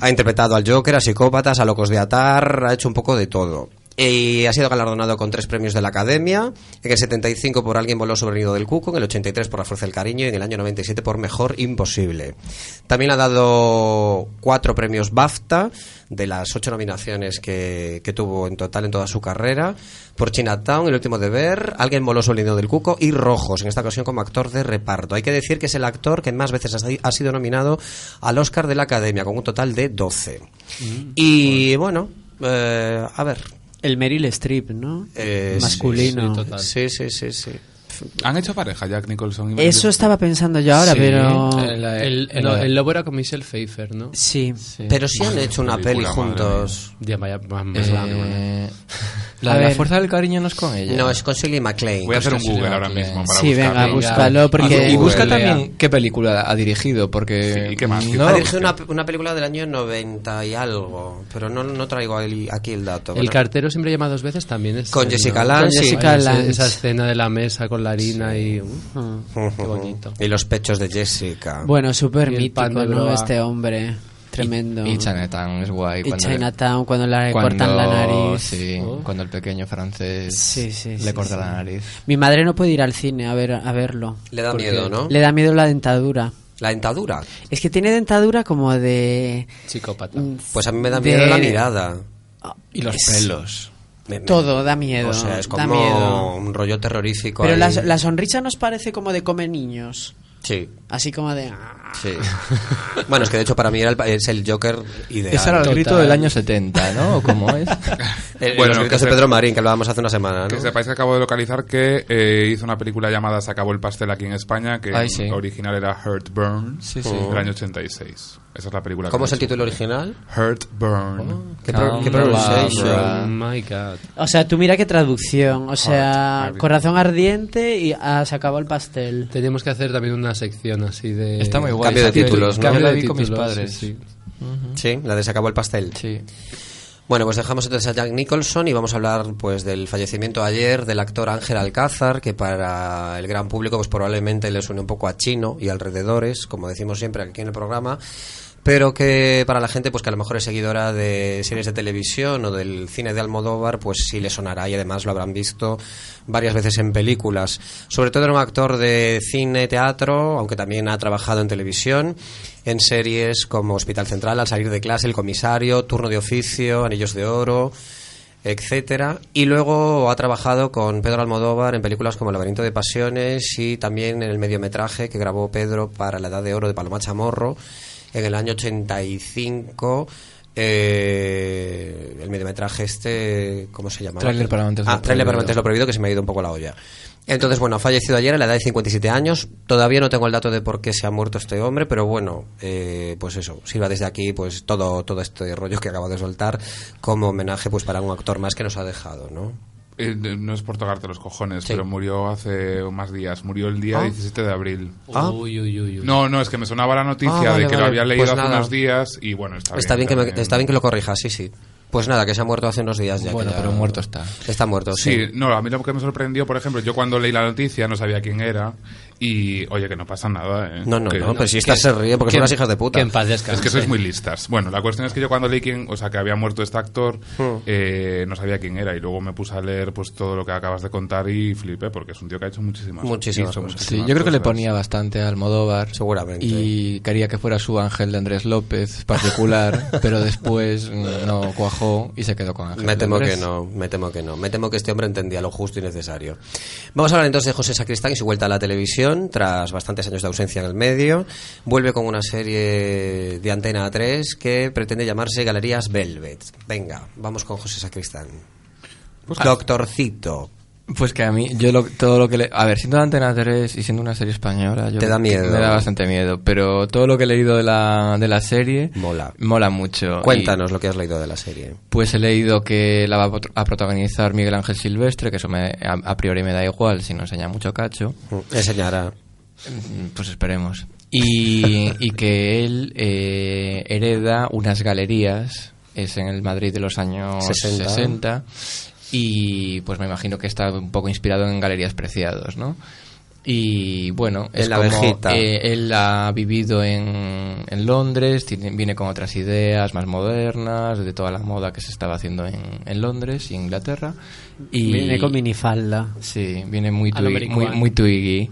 A: Ha interpretado al Joker, a psicópatas, a locos de atar, ha hecho un poco de todo. Y ha sido galardonado con tres premios de la Academia, en el 75 por Alguien voló sobre el nido del cuco, en el 83 por La fuerza del cariño y en el año 97 por Mejor imposible. También ha dado cuatro premios BAFTA de las ocho nominaciones que, que tuvo en total en toda su carrera por Chinatown, El último deber, Alguien voló sobre el nido del cuco y Rojos, en esta ocasión como actor de reparto. Hay que decir que es el actor que más veces ha si- ha sido nominado al Oscar de la Academia, con un total de 12. y bueno, eh, a ver.
B: El Meryl Streep, ¿no?
A: eh,
B: Masculino.
F: sí, total.
A: Sí, sí, sí, sí.
D: ¿Han hecho pareja Jack Nicholson y Meryl
B: Eso
D: Streep?
B: estaba pensando yo ahora,
C: Sí,
B: pero
C: en
A: Eh,
C: la-
F: El,
C: en
F: no,
C: la-
F: el lobo era con Michelle Pfeiffer, ¿no?
B: sí.
A: Pero sí han hecho una peli
D: película, madre
A: juntos.
F: Ya, vaya, más
C: Eh,
F: grande, bueno.
C: La,
B: A
C: de la
B: ver.
C: fuerza del cariño no es con ella.
A: No, es con Shirley MacLaine.
D: Voy a hacer un
C: Busca
D: Google
C: Shirley
D: ahora
C: MacLaine.
D: mismo para
B: Sí,
D: buscar.
B: venga,
D: Venga.
B: búscalo porque...
C: Ah, Y busca
F: Googlea.
C: también qué película ha dirigido, porque...
D: Sí, ¿y qué más?
C: no-
D: Ha
A: Ha dirigido una, una película del año 90 y algo, pero no, no traigo el- aquí el dato.
F: El
A: Bueno,
F: cartero siempre llama dos veces también es.
A: Con
F: eh,
A: Jessica
F: ¿no?
A: Lange.
B: Con Jessica
F: Esa-
B: Lange.
F: Esa escena de la mesa con la harina y. uh,
A: ujú.
F: qué bonito.
A: Y los pechos de Jessica.
B: Bueno, súper
F: Y el
B: mítico,
F: pan de
B: ¿no?
F: Broa.
B: Este hombre. Tremendo.
C: Y Chinatown es guay.
B: Y
C: cuando le-
B: Chinatown, cuando le cortan la nariz.
C: sí,
F: Oh.
C: cuando el pequeño francés
B: Sí, sí,
C: le
B: sí,
C: corta
B: sí.
C: la nariz.
B: Mi madre no puede ir al cine a, ver, a verlo.
A: Le da
F: porque
A: miedo, ¿no?
B: Le da miedo la dentadura.
A: La dentadura.
B: Es que tiene dentadura como de... mm,
F: Psicópata.
A: Pues a mí me da
B: de-
A: miedo la mirada.
C: Y los pelos.
A: Me- me-
B: ah, Todo da miedo.
A: O sea, es
B: da
A: como
B: miedo.
A: un rollo terrorífico.
B: Pero
A: ahí.
B: la, la sonrisa nos parece como de come niños.
A: Sí,
B: Así como de... ah.
A: sí. bueno, es que de hecho para mí era el, es el Joker ideal.
C: Ese era el
F: Total.
C: grito del año 70, ¿no? ¿O ¿Cómo es?
A: El-
D: Bueno,
A: los
D: que
A: gritos de
D: se-
A: Pedro Marín, que hablábamos hace una semana, ¿no?
D: Que sepáis que acabo de localizar que eh, hizo una película llamada Se acabó el pastel aquí en España, que
C: Ay, sí.
D: en original era Hurt Burn,
C: Sí, sí.
D: del año 86. Esa es la película. que ¿eh?
A: ¿Cómo es el
D: hizo.
A: título original? Oh,
D: Hurt Burn.
A: ¿Qué, pro- qué
C: Calma,
A: pronunciation?
C: Barbara.
F: Oh my god.
B: O sea, tú mira qué traducción. O sea,
D: ardiente.
B: corazón ardiente y ah, se acabó el pastel.
F: Tenemos que hacer también una sección así de.
C: Está muy guay.
A: Cambio de
C: Esa peli-
A: títulos, ¿no?
C: Cambio
F: Cambio
C: la
F: de
C: vi con mis
F: títulos,
C: padres.
F: sí, sí.
A: Sí, la de Se acabó el pastel.
C: Sí.
A: Bueno, pues dejamos entonces a Jack Nicholson y vamos a hablar pues del fallecimiento ayer del actor Ángel Alcázar, que para el gran público pues probablemente le suene un poco a chino y alrededores, como decimos siempre aquí en el programa, pero que para la gente pues que a lo mejor es seguidora de series de televisión o del cine de Almodóvar, pues sí le sonará y además lo habrán visto varias veces en películas. Sobre todo era un actor de cine, teatro, aunque también ha trabajado en televisión, en series como Hospital Central, Al salir de clase, El comisario, Turno de oficio, Anillos de oro, etcétera. Y luego ha trabajado con Pedro Almodóvar en películas como El laberinto de pasiones y también en el mediometraje que grabó Pedro para La edad de oro de Paloma Chamorro en el año 85. eh, el mediometraje este, ¿cómo se llama?
C: Tráiler para amantes de
A: Ah,
C: lo
A: tráiler para
C: prohibido.
A: amantes de lo prohibido que se me ha ido un poco la olla. Entonces, bueno, ha fallecido ayer a la edad de 57 años. Todavía no tengo el dato de por qué se ha muerto este hombre, pero bueno, eh, pues eso, sirva desde aquí pues todo, todo este rollo que acabo de soltar como homenaje pues para un actor más que nos ha dejado, ¿no?
D: Eh, de- no es por tocarte los cojones,
A: Sí.
D: pero murió hace más días. Murió el día 17 de abril.
A: Ah.
F: Uy, uy, uy, uy.
D: No, no, es que me sonaba la noticia
A: Ah,
D: de
A: vale,
D: que lo
A: vale.
D: había leído
A: Pues
D: hace
A: nada.
D: unos días y bueno, está,
A: Está bien, que me-
D: también.
A: está bien que lo corrijas, sí, sí. Pues nada, que se ha muerto hace unos días ya. que
C: Bueno,
A: ya-
C: pero muerto está.
A: Está muerto, sí.
D: Sí, no, a mí lo que me sorprendió, por ejemplo, yo cuando leí la noticia no sabía quién era y oye, que no pasa nada, ¿eh?
A: No, no,
D: Que-
A: no, pero si estas se ríen porque son unas hijas de puta.
F: Que en paz descanse.
D: Es que sois muy listas. Bueno, la cuestión es que yo cuando leí quién, o sea, que había muerto este actor,
A: Hmm.
D: eh, no sabía quién era y luego me puse a leer pues todo lo que acabas de contar y flipé porque es un tío que ha hecho muchísimas,
A: Muchísimas
D: hizo
A: cosas.
C: Sí, yo creo que le
D: cosas.
C: ponía bastante al Almodóvar.
A: Seguramente.
C: Y quería que fuera su Ángel de Andrés López particular, pero después no cuajó y se quedó con Ángel.
A: Me
C: de
A: temo que
C: Andrés.
A: no, me temo que no. Me temo que este hombre entendía lo justo y necesario. Vamos a hablar entonces de José Sacristán y su vuelta a la televisión tras bastantes años de ausencia en el medio. Vuelve con una serie de Antena 3 que pretende llamarse Galerías Velvet. Venga, vamos con José Sacristán. Doctorcito.
C: Pues que a mí, yo lo- todo lo que le... A ver, siendo de Antena 3 y siendo una serie española... Yo
A: Te da miedo.
C: Me da bastante miedo, pero todo lo que he leído de la, de la serie...
A: Mola.
C: Mola mucho.
A: Cuéntanos lo que has leído de la serie.
C: Y, pues he leído que la va a prot- a protagonizar Miguel Ángel Silvestre, que eso me, a, a priori me da igual si no enseña mucho cacho.
A: Enseñará.
C: Mm, Pues esperemos. Y, y que él eh, hereda unas galerías, es en el Madrid de los años
A: 60.
C: 60. y pues me imagino que está un poco inspirado en Galerías Preciados, ¿no? Y bueno, es
A: En la
C: como
A: abejita.
C: eh, él ha vivido en, en Londres, tiene- viene con otras ideas más modernas, de toda la moda que se estaba haciendo en, en Londres y en Inglaterra. Y,
B: Viene con minifalda.
C: Sí, viene muy,
F: Al
C: twi-
F: American
C: muy,
F: One.
C: muy Twiggy.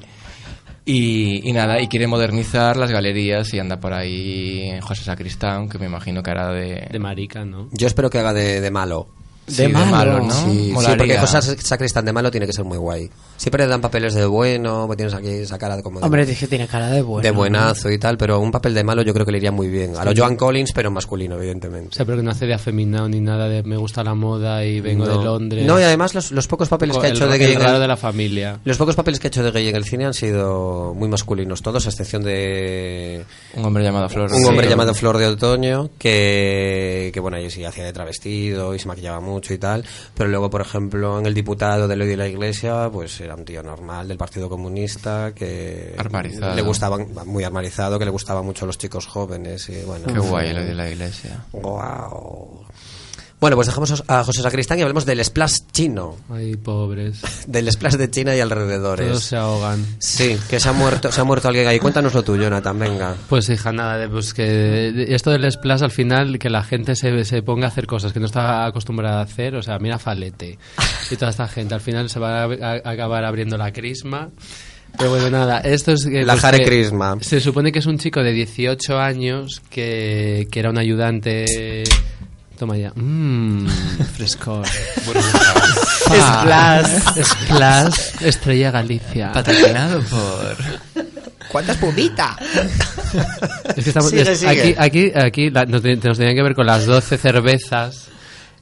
C: Y, y nada, y quiere modernizar las galerías y anda por ahí José Sacristán, que me imagino que hará de...
F: De marica, ¿no?
A: Yo espero que haga de, de malo.
C: sí,
B: de malo.
C: ¿no?
A: Sí, sí,
C: Molaría.
A: porque José Sacristán de malo tiene que ser muy guay. Siempre le dan papeles de bueno, pues tienes aquí esa cara de como de
B: Hombre, es que tiene cara de bueno.
A: de buenazo y tal, pero un papel de malo yo creo que le iría muy bien. A lo Joan Collins, pero masculino,
F: O
A: evidentemente.
F: sea, pero que no hace de afeminado ni nada de me gusta la moda y vengo
A: no.
F: de Londres.
A: No, y además los, los pocos papeles que ha
F: El-
A: hecho de
F: el
A: gay en
F: raro
A: el-
F: de la familia.
A: los pocos papeles que ha hecho de gay en el cine han sido muy masculinos todos, a excepción de
C: Un hombre llamado Flor.
A: un hombre
C: Sí.
A: llamado Flor de Otoño, que, que bueno, ahí sí hacía de travestido y se maquillaba mucho y tal, pero luego, por ejemplo, en el diputado de Ley de la Iglesia, pues era un tío normal del Partido Comunista que
C: Armarizado.
A: le gustaban, muy armarizado, que le gustaban mucho los chicos jóvenes y bueno.
C: Qué guay lo de la iglesia.
A: Guau. Bueno, pues dejamos a José Sacristán y hablemos del splash chino,
F: Ay, pobres.
A: del splash de China y alrededores.
F: Todos se ahogan.
A: Sí, que se ha muerto, se ha muerto alguien ahí. Cuéntanoslo tú, Jonathan, venga.
F: Pues hija, nada, de- pues que de- esto del splash al final, que la gente se, se ponga a hacer cosas que no está acostumbrada a hacer, o sea, mira Falete y toda esta gente, al final se va a, a- acabar abriendo la crisma. Pero bueno, nada, esto es... que,
A: La
F: pues,
A: Hare
F: que
A: Crisma.
F: Se supone que es un chico de 18 años que, que era un ayudante... Toma ya. Mmm, frescor.
B: Ah.
F: Splash. Splash. Estrella Galicia.
C: Patrocinado por...
A: ¿Cuántas pumitas?
F: Es que estamos,
A: Sigue,
F: es-
A: sigue.
F: Aquí, aquí, aquí la- nos, te- nos tenían que ver con las 12 cervezas.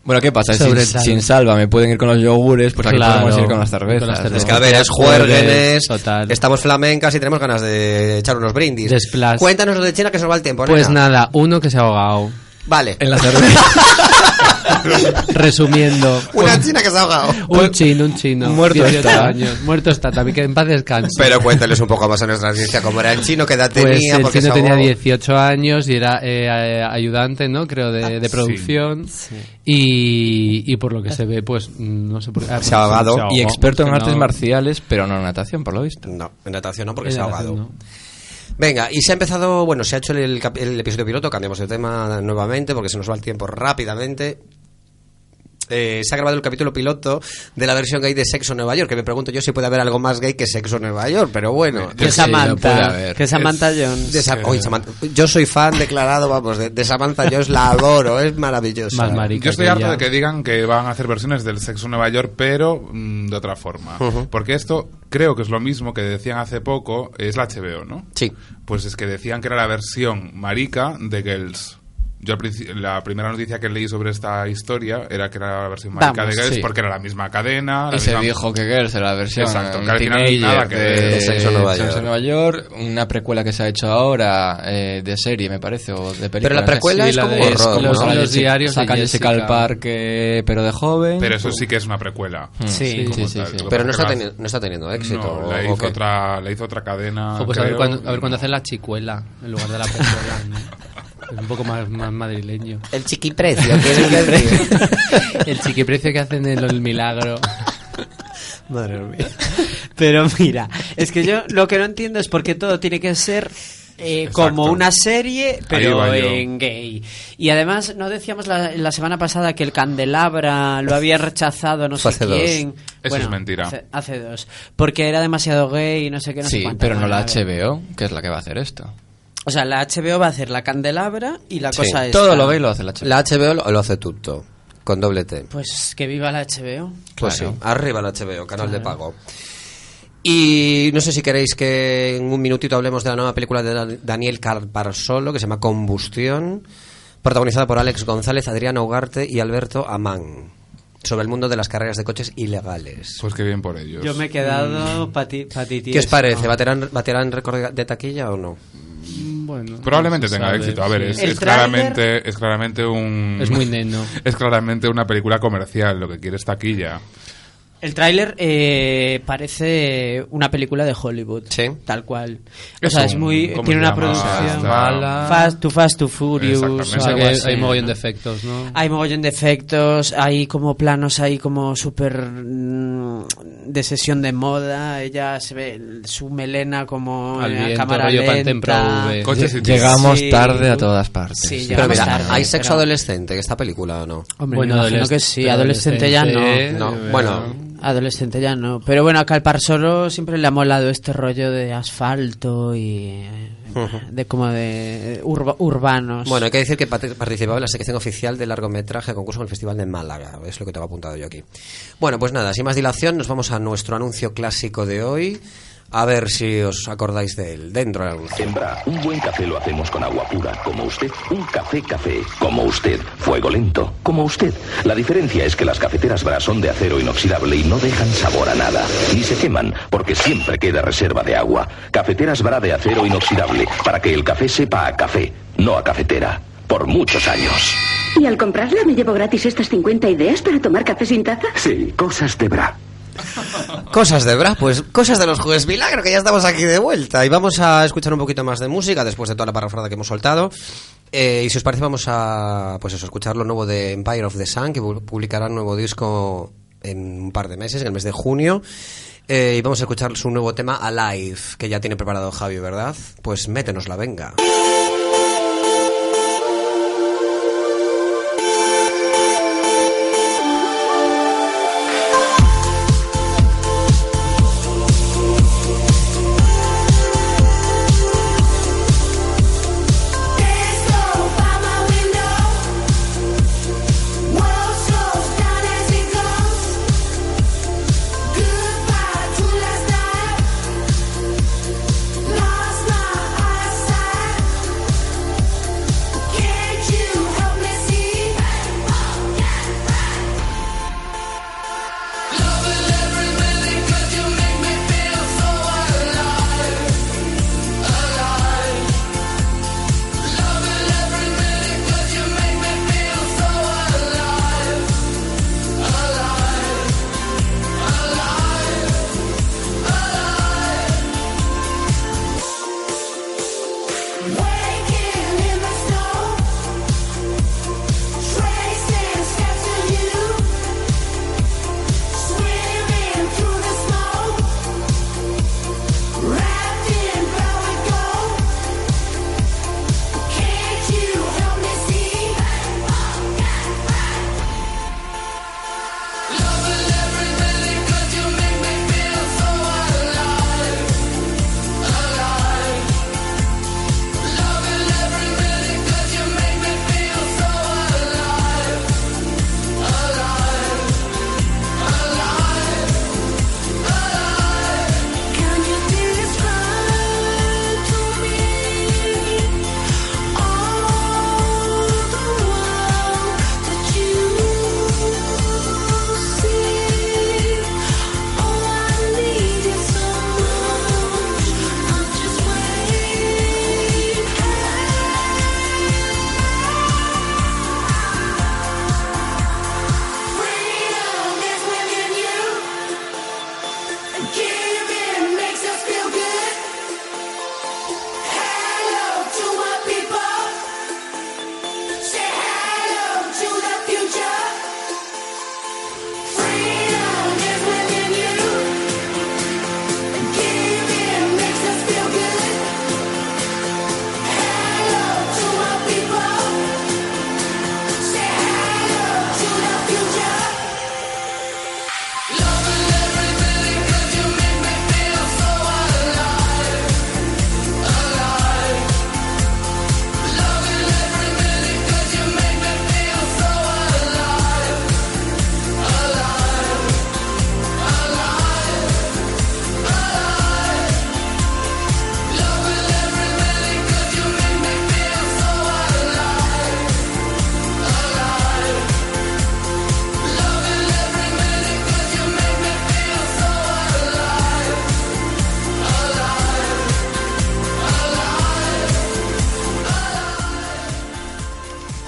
C: Bueno, ¿qué pasa? Sin,
F: Sobre salva.
C: sin salva me pueden ir con los yogures, pues aquí
F: Claro.
C: podemos ir con las cervezas.
F: Con las
C: ¿no?
F: cervezas.
A: Es que a ver, es juérgenes,
F: Total.
A: estamos flamencas y tenemos ganas de echar unos brindis.
F: De splash.
A: Cuéntanos lo de China que se nos va el tiempo,
F: Pues
A: nena.
F: nada, uno que se ha ahogado.
A: Vale.
C: En las cervezas.
F: Resumiendo.
A: Una china que se ha ahogado.
F: Un chino, un chino.
C: Muerto
F: 18
C: está.
F: años. Muerto está también, que en paz descanse.
A: Pero cuéntales un poco más a nuestra audiencia cómo era el chino, qué edad
F: pues
A: tenía,
F: el
A: porque
F: chino
A: se
F: tenía
A: ahogó.
F: 18 años y era eh, eh, ayudante, ¿no? Creo,
A: Ah,
F: de, de producción. Y, y por lo que se ve, pues no sé por qué. ah,
A: Se ha
F: bueno,
A: ahogado.
F: ahogó,
C: y experto en
F: que
C: artes
F: no-
C: marciales, pero no en natación, por lo visto.
A: No, en natación no, porque
F: en
A: se ha
F: natación,
A: ahogado.
F: ¿no?
A: Venga, y se ha empezado, bueno, se ha hecho el, cap- el episodio piloto, cambiamos de tema nuevamente porque se nos va el tiempo rápidamente. Eh, se ha grabado el capítulo piloto de la versión gay de Sexo en Nueva York, que me pregunto yo si puede haber algo más gay que Sexo en Nueva York, pero bueno.
B: Que
C: sí, lo pude
B: Samantha,
C: haber.
B: que Samantha Jones.
A: De Sa- Oye, Samantha- yo soy fan declarado, vamos, de, de Samantha Jones, la adoro, es maravillosa.
F: Más marica
D: Yo estoy
F: que
D: harto
F: ella.
D: de que digan que van a hacer versiones del sexo en Nueva York, pero mm, de otra forma. Porque esto creo que es lo mismo que decían hace poco, es la HBO, ¿no?
A: Sí.
D: Pues es que decían que era la versión marica de Girls. Yo al princi- la primera noticia que leí sobre esta historia era que era la versión marica
B: Vamos,
D: de Girls
C: sí.
D: porque era la misma cadena. la
C: Y se
D: misma-
C: dijo que Girls era la versión
D: Exacto,
C: um,
D: que al final
C: teenager
D: nada que ver.
C: de
A: De Sexo en Nueva
C: Sexo en
A: York.
C: Nueva York, una precuela que se ha hecho ahora eh, de serie, me parece, o de película.
A: Pero la
C: no sé.
A: precuela
F: Sí,
A: es
F: la
A: como
F: de-
A: un
F: es
A: horror,
F: como
A: ¿no?
F: los diarios de
C: Sacan Jessica al
F: Jessica.
C: parque, pero de joven.
D: Pero eso sí que es una precuela.
F: Hmm.
C: Sí, sí,
D: como
C: sí,
D: tal.
C: sí.
D: Lo que
A: Pero no
D: pasa
A: está,
D: es que
A: teni- no está teniendo éxito.
D: No,
A: ¿o-
D: la
A: o
D: hizo,
A: qué?
D: otra, la hizo otra cadena.
F: Jo, pues a
D: creo.
F: ver cuándo, a ver cuándo hacen la chicuela en lugar de la precuela. ¿no? Es un poco más, más madrileño.
A: El chiquiprecio, ¿quieres que diga?
F: El chiquiprecio que hacen en el milagro.
B: Madre mía. Pero mira, es que yo lo que no entiendo es por qué todo tiene que ser eh, como una serie, pero
D: va yo.
B: en gay. Y además, no decíamos la, la semana pasada que el Candelabra lo había rechazado no sé
A: Fue hace dos.
B: quién.
D: es mentira.
B: Hace, hace dos. Porque era demasiado gay y no sé qué. No sé
C: Sí,
B: cuánto.
C: pero no la
B: Vale, vale.
C: HBO, que es la que va a hacer esto.
B: O sea, la HBO va a hacer la Candelabra y la
A: Sí.
B: cosa es.
C: Todo lo ve y lo hace la HBO.
A: La HBO lo, lo hace tutto, con doble T.
B: Pues que viva la HBO.
A: Pues
C: Claro.
A: sí, arriba el HBO, canal de pago. Y no sé si queréis que en un minutito hablemos de la nueva película de Dan- Daniel Carparsolo que se llama Combustión, protagonizada por Alex González, Adriana Ugarte y Alberto Amán, sobre el mundo de las carreras de coches ilegales.
D: Pues qué bien por ellos.
B: Yo me he quedado pati
A: ¿Qué os parece? ¿Baterán, baterán récord de taquilla o no?
F: Bueno,
D: Probablemente
F: no se
D: tenga
F: sabe,
D: éxito. A ver,
F: sí.
D: es,
B: El
D: es
B: tráiler-
D: claramente, es claramente un.
F: Es muy neno.
D: Es claramente una película comercial, lo que quiere es taquilla.
B: El tráiler eh, parece una película de Hollywood,
A: Sí.
B: tal cual. O
D: Es
B: sea, es
D: un-
B: muy
D: ¿cómo
B: tiene
D: se
B: una
D: llama?
B: producción
D: Esta-
F: Mala.
B: Fast to Fast to Furious. o
F: O sea,
D: Exactamente.
B: algo
F: que hay,
B: así, Ah,
F: mogollón
B: ¿no?
F: de efectos, ¿no?
B: Hay mogollón de efectos, hay como planos ahí como súper mm, de sesión de moda, ella se ve el- su melena como
F: Al
B: en la
F: viento,
B: cámara
F: rollo
B: lenta.
F: Pantene Pro V.
D: Coches y
C: Llegamos
B: Sí.
C: tarde a todas partes.
B: Sí,
C: Sí.
A: Pero
B: Llegamos
A: mira,
B: tarde,
A: ¿hay sexo
B: pero-
A: adolescente en esta película o no?
B: Hombre, me imagino que sí, adolescente ya no.
A: No,
F: eh,
A: bueno.
B: Adolescente ya no, pero bueno, a Calpar Solo siempre le ha molado este rollo de asfalto y eh, de como de urba- urbanos.
A: Bueno, hay que decir que pat- participaba en la sección oficial de largometraje concurso en el Festival de Málaga. Es lo que tengo apuntado yo aquí. Bueno, pues nada, sin más dilación, nos vamos a nuestro anuncio clásico de hoy. A ver si os acordáis de él. Dentro del anuncio.
G: Sembra, un buen café lo hacemos con agua pura, como usted, un café café, como usted, fuego lento, como usted. La diferencia es que las cafeteras Bra son de acero inoxidable y no dejan sabor a nada, ni se queman, porque siempre queda reserva de agua. Cafeteras Bra de acero inoxidable, para que el café sepa a café, no a cafetera. por muchos años.
H: Y al comprarla me llevo gratis estas 50 ideas para tomar café sin taza.
G: Sí, cosas de Bra.
E: Cosas de Bra, pues cosas de los jueves milagro, que ya estamos aquí de vuelta. Y vamos a escuchar un poquito más de música después de toda la parrafada que hemos soltado. Eh, y si os parece, vamos a pues eso, escuchar lo nuevo de Empire of the Sun, que pu- publicará un nuevo disco en un par de meses, en el mes de junio. Eh, y vamos a escuchar su nuevo tema Alive, que ya tiene preparado Javi, ¿verdad? Pues métenosla, venga.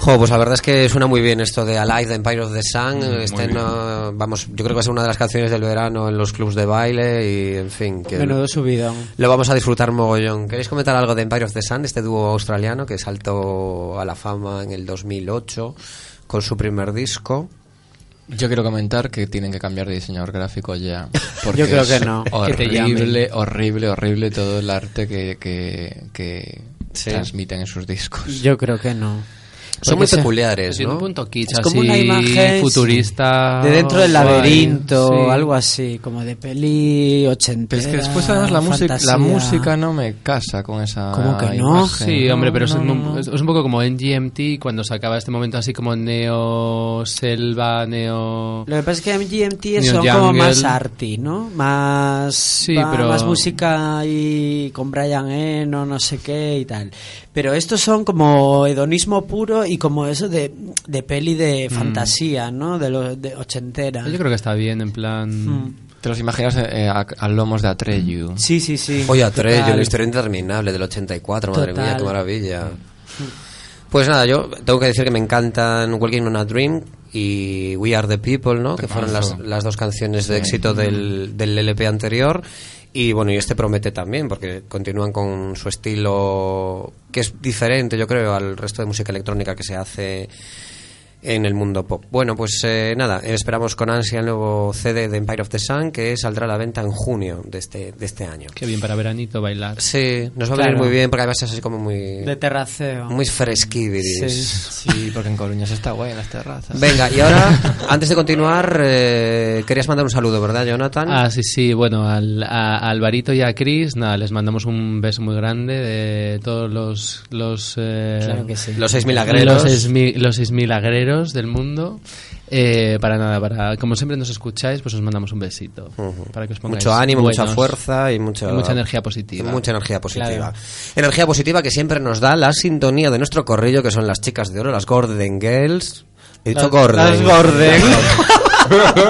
E: Jo, pues la verdad es que suena muy bien esto de Alive, de Empire of the Sun. Este
A: bien.
E: no- vamos, yo creo que va a ser una de las canciones del verano en los clubs de baile y, en fin, que
B: Menudo subidón.
E: lo vamos a disfrutar mogollón. ¿Queréis comentar algo de Empire of the Sun, este dúo australiano que saltó a la fama en el 2008 con su primer disco?
C: Yo quiero comentar que tienen que cambiar de diseñador gráfico ya. Porque
B: Yo creo
C: es
B: que no, que te llamen.
C: Horrible, horrible, horrible todo el arte que, que, que transmiten en sus discos.
B: Yo creo que no.
E: Son muy
B: Porque se-
E: peculiares,
F: Tiene
E: ¿no?
F: un punto kitsch
B: Es como
F: así,
B: una imagen
F: futurista.
B: de dentro del
F: guay,
B: laberinto
F: sí.
B: o algo así, como de peli ochentera.
C: Pero es que después además la música,
B: fantasía.
C: la música no me casa con esa
B: ¿Cómo que no?
C: imagen.
F: Sí,
C: No,
F: hombre, pero es,
C: no,
F: un,
C: no.
F: es- es un poco como NGMT cuando sacaba este momento así como neo selva, neo...
B: Lo que pasa es que MGMT
F: Neil
B: son como
F: Jungle.
B: más arty, ¿no? Más,
F: Sí,
B: va-
F: pero-
B: más música y con Brian Eno, no sé qué y tal. Pero estos son como hedonismo puro y como eso de, de peli de fantasía, ¿no? De, lo, de ochentera.
F: Mm.
B: Mm.
F: Yo creo que está bien, en plan...
B: Hmm.
C: Te los imaginas eh, a, a lomos de Atreyu.
B: Sí, sí, sí.
E: Oye, a tres, yo
B: Total.
E: la historia interminable del 84, madre
B: Total.
E: mía, qué maravilla.
A: Pues nada, yo tengo que decir que me encantan Walking on a Dream y We Are the People, ¿no? Que fueron las, las dos canciones de éxito del, del LP anterior. Y bueno, y este promete también, porque continúan con su estilo que es diferente, yo creo, al resto de música electrónica que se hace en el mundo pop. Bueno, pues eh, nada, esperamos con ansia el nuevo CD de Empire of the Sun que saldrá a la venta en junio de este, de este año.
F: Qué bien para veranito bailar.
A: Sí, nos va a
B: Claro.
A: venir muy bien porque además es así como muy,
B: De terraceo.
A: muy fresquiviris.
B: Sí.
C: Sí, porque en Coruña se está guay en las terrazas.
A: Venga, y ahora, antes de continuar, eh, querías mandar un saludo, ¿verdad, Jonathan?
F: Ah, sí, sí, bueno, al, a, a Alvarito y a Chris, nada, les mandamos un beso muy grande de todos los... los eh,
B: Claro que sí.
A: Los seis
F: Los
A: milagreros.
F: seis, mi- los seis milagreros del mundo. Eh, para nada, para como siempre nos escucháis, pues os mandamos un besito. para que os pongáis
A: mucho ánimo, mucha
F: buenos.
A: fuerza y mucha,
F: y mucha energía positiva.
A: Mucha energía positiva. Energía positiva que siempre nos da la sintonía de nuestro corrillo, que son las chicas de oro, las Gordon Girls. He dicho Gordon.
B: las Gordon.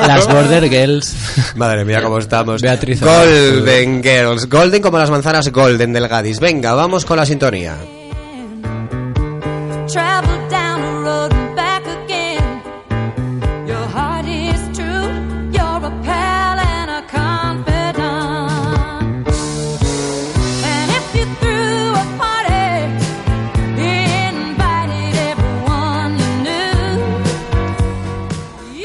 F: Las Border Girls.
A: Madre mía, cómo estamos.
F: Beatriz.
A: Golden Girls. Golden como las manzanas Golden del Gadis. Venga, vamos con la sintonía.
E: Travel down the road and back again. Your heart is true. You're a pal and a confidant. And if you threw a party, you invited everyone you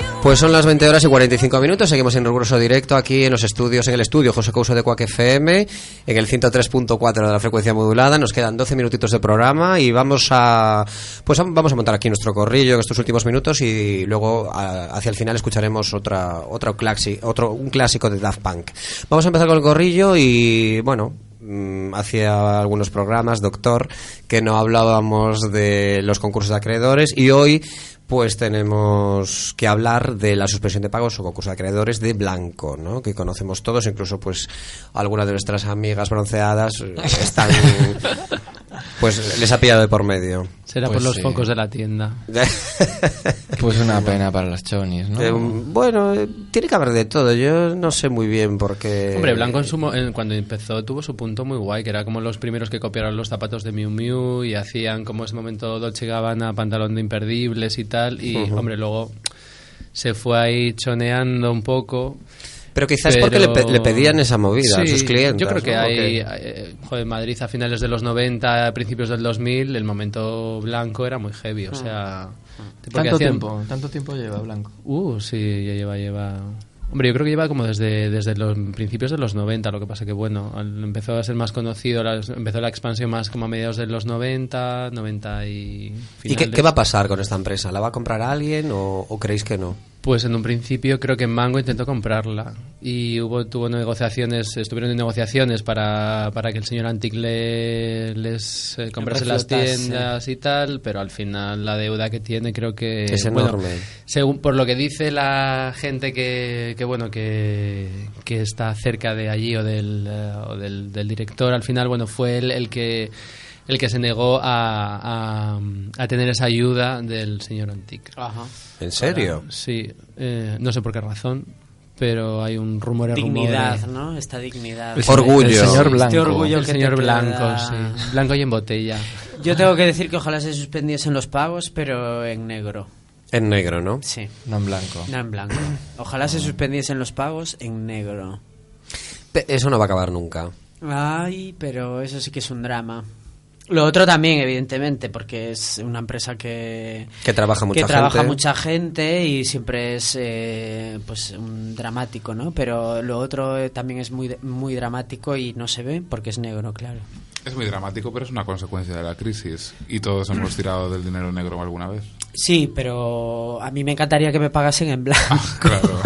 E: knew.
A: Pues son las 20 horas y 45 minutos. Seguimos en recurso directo aquí en los estudios, en el estudio José Couso de Cuac FM, en el 103.4 de la frecuencia modulada. Nos quedan 12 minutitos de programa y vamos a pues a- vamos a montar aquí nuestro corrillo en estos últimos minutos y luego a- hacia el final escucharemos otra otro claxi- otro un clásico de Daft Punk. Vamos a empezar con el corrillo y bueno, mm, hacía algunos programas, doctor, que no hablábamos de los concursos de acreedores y hoy pues tenemos que hablar de la suspensión de pagos o concurso de acreedores de blanco, ¿no? Que conocemos todos, incluso pues algunas de nuestras amigas bronceadas eh, están pues les ha pillado de por medio.
F: Será
C: Pues
F: por los
C: sí.
F: focos de la tienda.
C: Pues una pena para las chonis, ¿no?
A: Eh, bueno, eh, tiene que haber de todo. Yo no sé muy bien porque
F: Hombre, Blanco en su mo- en- cuando empezó tuvo su punto muy guay, que era como los primeros que copiaron los zapatos de Miu Miu y hacían como ese momento Dolce Gabbana, pantalón de imperdibles y tal. Y, hombre, luego se fue ahí choneando un poco.
A: Pero quizás porque le, pe-
F: pero-
A: le pedían esa movida a
F: Sí,
A: sus clientes.
F: Yo creo que
A: ¿no?
F: hay,
A: Porque-
F: eh, joder, Madrid a finales de los 90, a principios del 2000, el momento blanco era muy heavy, o sea... porque
C: Mm. Tanto
F: hacían-
C: tiempo, tanto tiempo lleva Blanco.
F: Uh, sí, ya lleva, lleva... Hombre, yo creo que lleva como desde, desde los principios de los 90, lo que pasa que, bueno, al- empezó a ser más conocido, la- empezó la expansión más como a mediados de los 90, 90 y...
A: ¿Y qué,
F: finales.
A: qué va a pasar con esta empresa? ¿La va a comprar alguien o, o creéis que no?
F: Pues en un principio creo que Mango intentó comprarla y hubo tuvo negociaciones, estuvieron en negociaciones para, para que el señor Antic le, les eh, comprase las
B: Reflotase.
F: tiendas y tal, pero al final la deuda que tiene creo que
A: Es
F: bueno,
A: enorme.
F: según por lo que dice la gente que, que bueno que, que está cerca de allí o del, eh, o del, del director, al final bueno fue él el que el que se negó a, a, a tener esa ayuda del señor Antic.
B: Ajá.
A: ¿En serio?
F: Sí, eh, no sé por qué razón, pero hay un rumor rumor.
B: Dignidad, ¿no? Esta dignidad.
A: El Orgullo.
C: El señor
B: Este
C: Blanco.
B: orgullo
F: El
B: que
F: señor
B: te
F: Blanco,
B: queda.
F: sí. Blanco y en botella.
B: Yo tengo que decir que ojalá se suspendiesen los pagos, pero en negro.
A: En negro, ¿no?
B: Sí,
C: No en Blanco.
B: no en blanco. Ojalá se suspendiesen los pagos en negro.
A: Pe- Eso no va a acabar nunca.
B: Ay, pero eso sí que es un drama. Lo otro también, evidentemente, porque es una empresa que...
A: Que trabaja mucha
B: que trabaja
A: gente.
B: mucha gente y siempre es eh, pues un dramático, ¿no? Pero lo otro eh, también es muy, muy dramático y no se ve porque es negro, claro.
D: Es muy dramático, pero es una consecuencia de la crisis. Y todos hemos tirado del dinero negro alguna vez.
B: Sí, pero a mí me encantaría que me pagasen en blanco.
A: Ah,
D: Claro.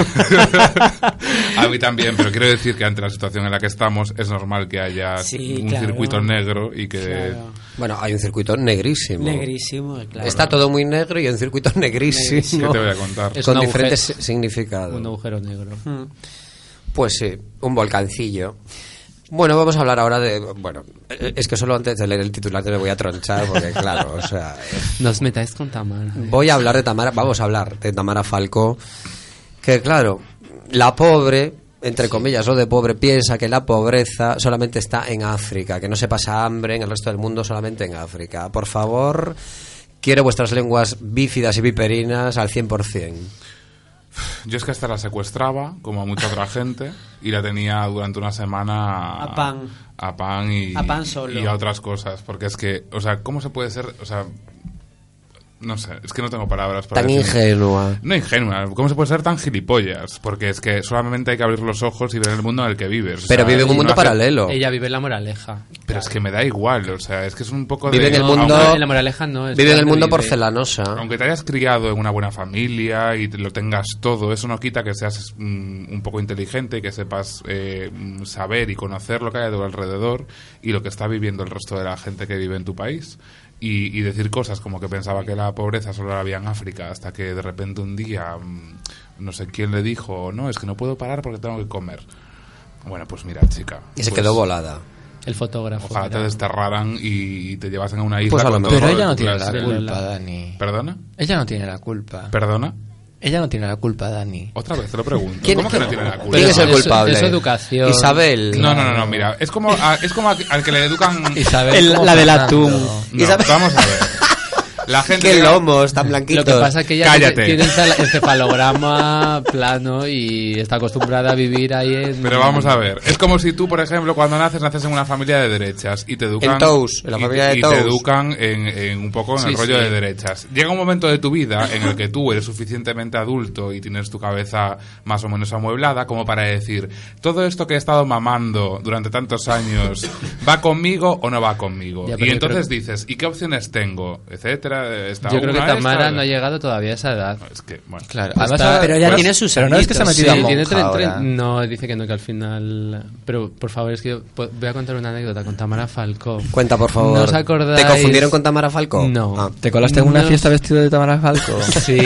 D: a mí también, pero quiero decir que ante la situación en la que estamos es normal que haya
B: Sí,
D: un
B: claro.
D: circuito negro y
A: eh,
D: que...
B: Claro.
A: Bueno, hay un circuito negrísimo.
B: Negrísimo, claro.
A: Está todo muy negro y hay un circuito negrísimo.
D: ¿Qué te voy a contar?
F: Es
A: Con
F: un
A: diferentes
F: agujero-
A: significados.
F: Un agujero negro.
A: Pues sí, un volcancillo. Bueno, vamos a hablar ahora de... Bueno, eh, es que solo antes de leer el titular te lo voy a tronchar porque, claro, o sea...
F: Nos metáis con Tamara.
A: Voy a hablar de Tamara, vamos a hablar de Tamara Falcó, que claro, la pobre, entre comillas, o de pobre, piensa que la pobreza solamente está en África, que no se pasa hambre en el resto del mundo, solamente en África. Por favor, Quiero vuestras lenguas bífidas y viperinas al 100%.
D: Yo es que hasta la secuestraba, como a mucha otra gente, y la tenía durante una semana
B: A pan.
D: a pan y
B: A pan solo.
D: y a otras cosas, porque es que, o sea, ¿cómo se puede ser, o sea, no sé, es que no tengo palabras para
A: Tan
D: definir-
A: ingenua.
D: No ingenua, ¿cómo se puede ser tan gilipollas? Porque es que solamente hay que abrir los ojos y ver el mundo en el que vives. o
A: Pero
D: sea,
A: vive en un
D: no
A: mundo
D: hace-
A: paralelo.
F: Ella vive en la moraleja.
D: Pero es que me da igual, o sea, es que es un poco
A: Vive
D: de...
A: en el
D: Ah,
A: mundo-
D: bueno,
F: No, en la moraleja no. es
A: Vive en el mundo
F: Madrid, eh.
A: porcelanosa.
D: Aunque te hayas criado en una buena familia y te lo tengas todo, eso no quita que seas mm, un poco inteligente, que sepas eh, mm, saber y conocer lo que hay a tu alrededor y lo que está viviendo el resto de la gente que vive en tu país. Y, y decir cosas como que pensaba que la pobreza solo la había en África, hasta que de repente un día, mm, no sé quién le dijo, no, es que no puedo parar porque tengo que comer. Bueno, pues mira, chica.
A: Y se
D: pues,
A: quedó volada.
F: El fotógrafo.
D: Ojalá te
F: era-
D: desterraran y te llevasen a una isla.
A: Pues a lo
D: con todo
A: mejor.
C: Pero
D: lo de
C: ella no
D: tu
C: tiene
D: clase.
C: la culpa, Dani.
D: ¿Perdona?
C: Ella no tiene la
F: Ah.
C: culpa.
D: ¿Perdona?
C: Ella no tiene la culpa, Dani.
D: Otra vez te lo pregunto.
A: ¿Quién-
D: ¿Cómo que no tiene la culpa?
A: ¿Quién es el
F: Eso-
A: culpable?
F: eso es educación.
A: Isabel.
D: No, no, no, no, mira, es como, a- es como a- al que le educan...
C: Isabel,
B: El-
C: ¿cómo
B: la del
C: Fernando?
B: atún.
D: No,
A: Isabel-
D: Vamos a ver. La gente...
A: Qué lomos tan blanquitos.
F: Lo que pasa es que ella
D: Cállate.
F: tiene el cel- el cefalograma plano y está acostumbrada a vivir ahí en...
D: Pero vamos a ver, es como si tú, por ejemplo, cuando naces, naces en una familia de derechas y te educan...
A: En Tous, en la
D: y-
A: familia de
D: y
A: Tous.
D: te educan en, en un poco en el
F: Sí,
D: rollo
F: sí.
D: de derechas. Llega un momento de tu vida en el que tú eres suficientemente adulto y tienes tu cabeza más o menos amueblada como para decir, todo esto que he estado mamando durante tantos años, ¿va conmigo o no va conmigo?
F: Ya, pero
D: y
F: yo
D: entonces
F: creo
D: dices, ¿y qué opciones tengo? Etcétera, esta
F: Yo creo que
D: una,
F: Tamara
D: esta-
F: no ha llegado todavía a esa edad.
D: Es que, bueno.
C: Claro,
F: Pues
C: además
F: está-
C: ahora-
B: pero ya
C: pues-
B: tiene sus
C: Pero no es que se ha
B: añitos,
C: metido
B: sí,
C: a
F: tiene
C: monja
F: tre- tre-
C: ahora.
F: No, dice que no, que al final... Pero, por favor, es que yo po- voy a contar una anécdota con Tamara Falcó.
A: Cuenta, por favor.
F: ¿No os acordáis?
A: ¿Te confundieron con Tamara Falcó?
F: No.
A: Ah.
C: ¿Te colaste en una
F: No.
C: fiesta vestido de Tamara Falco?
F: Sí,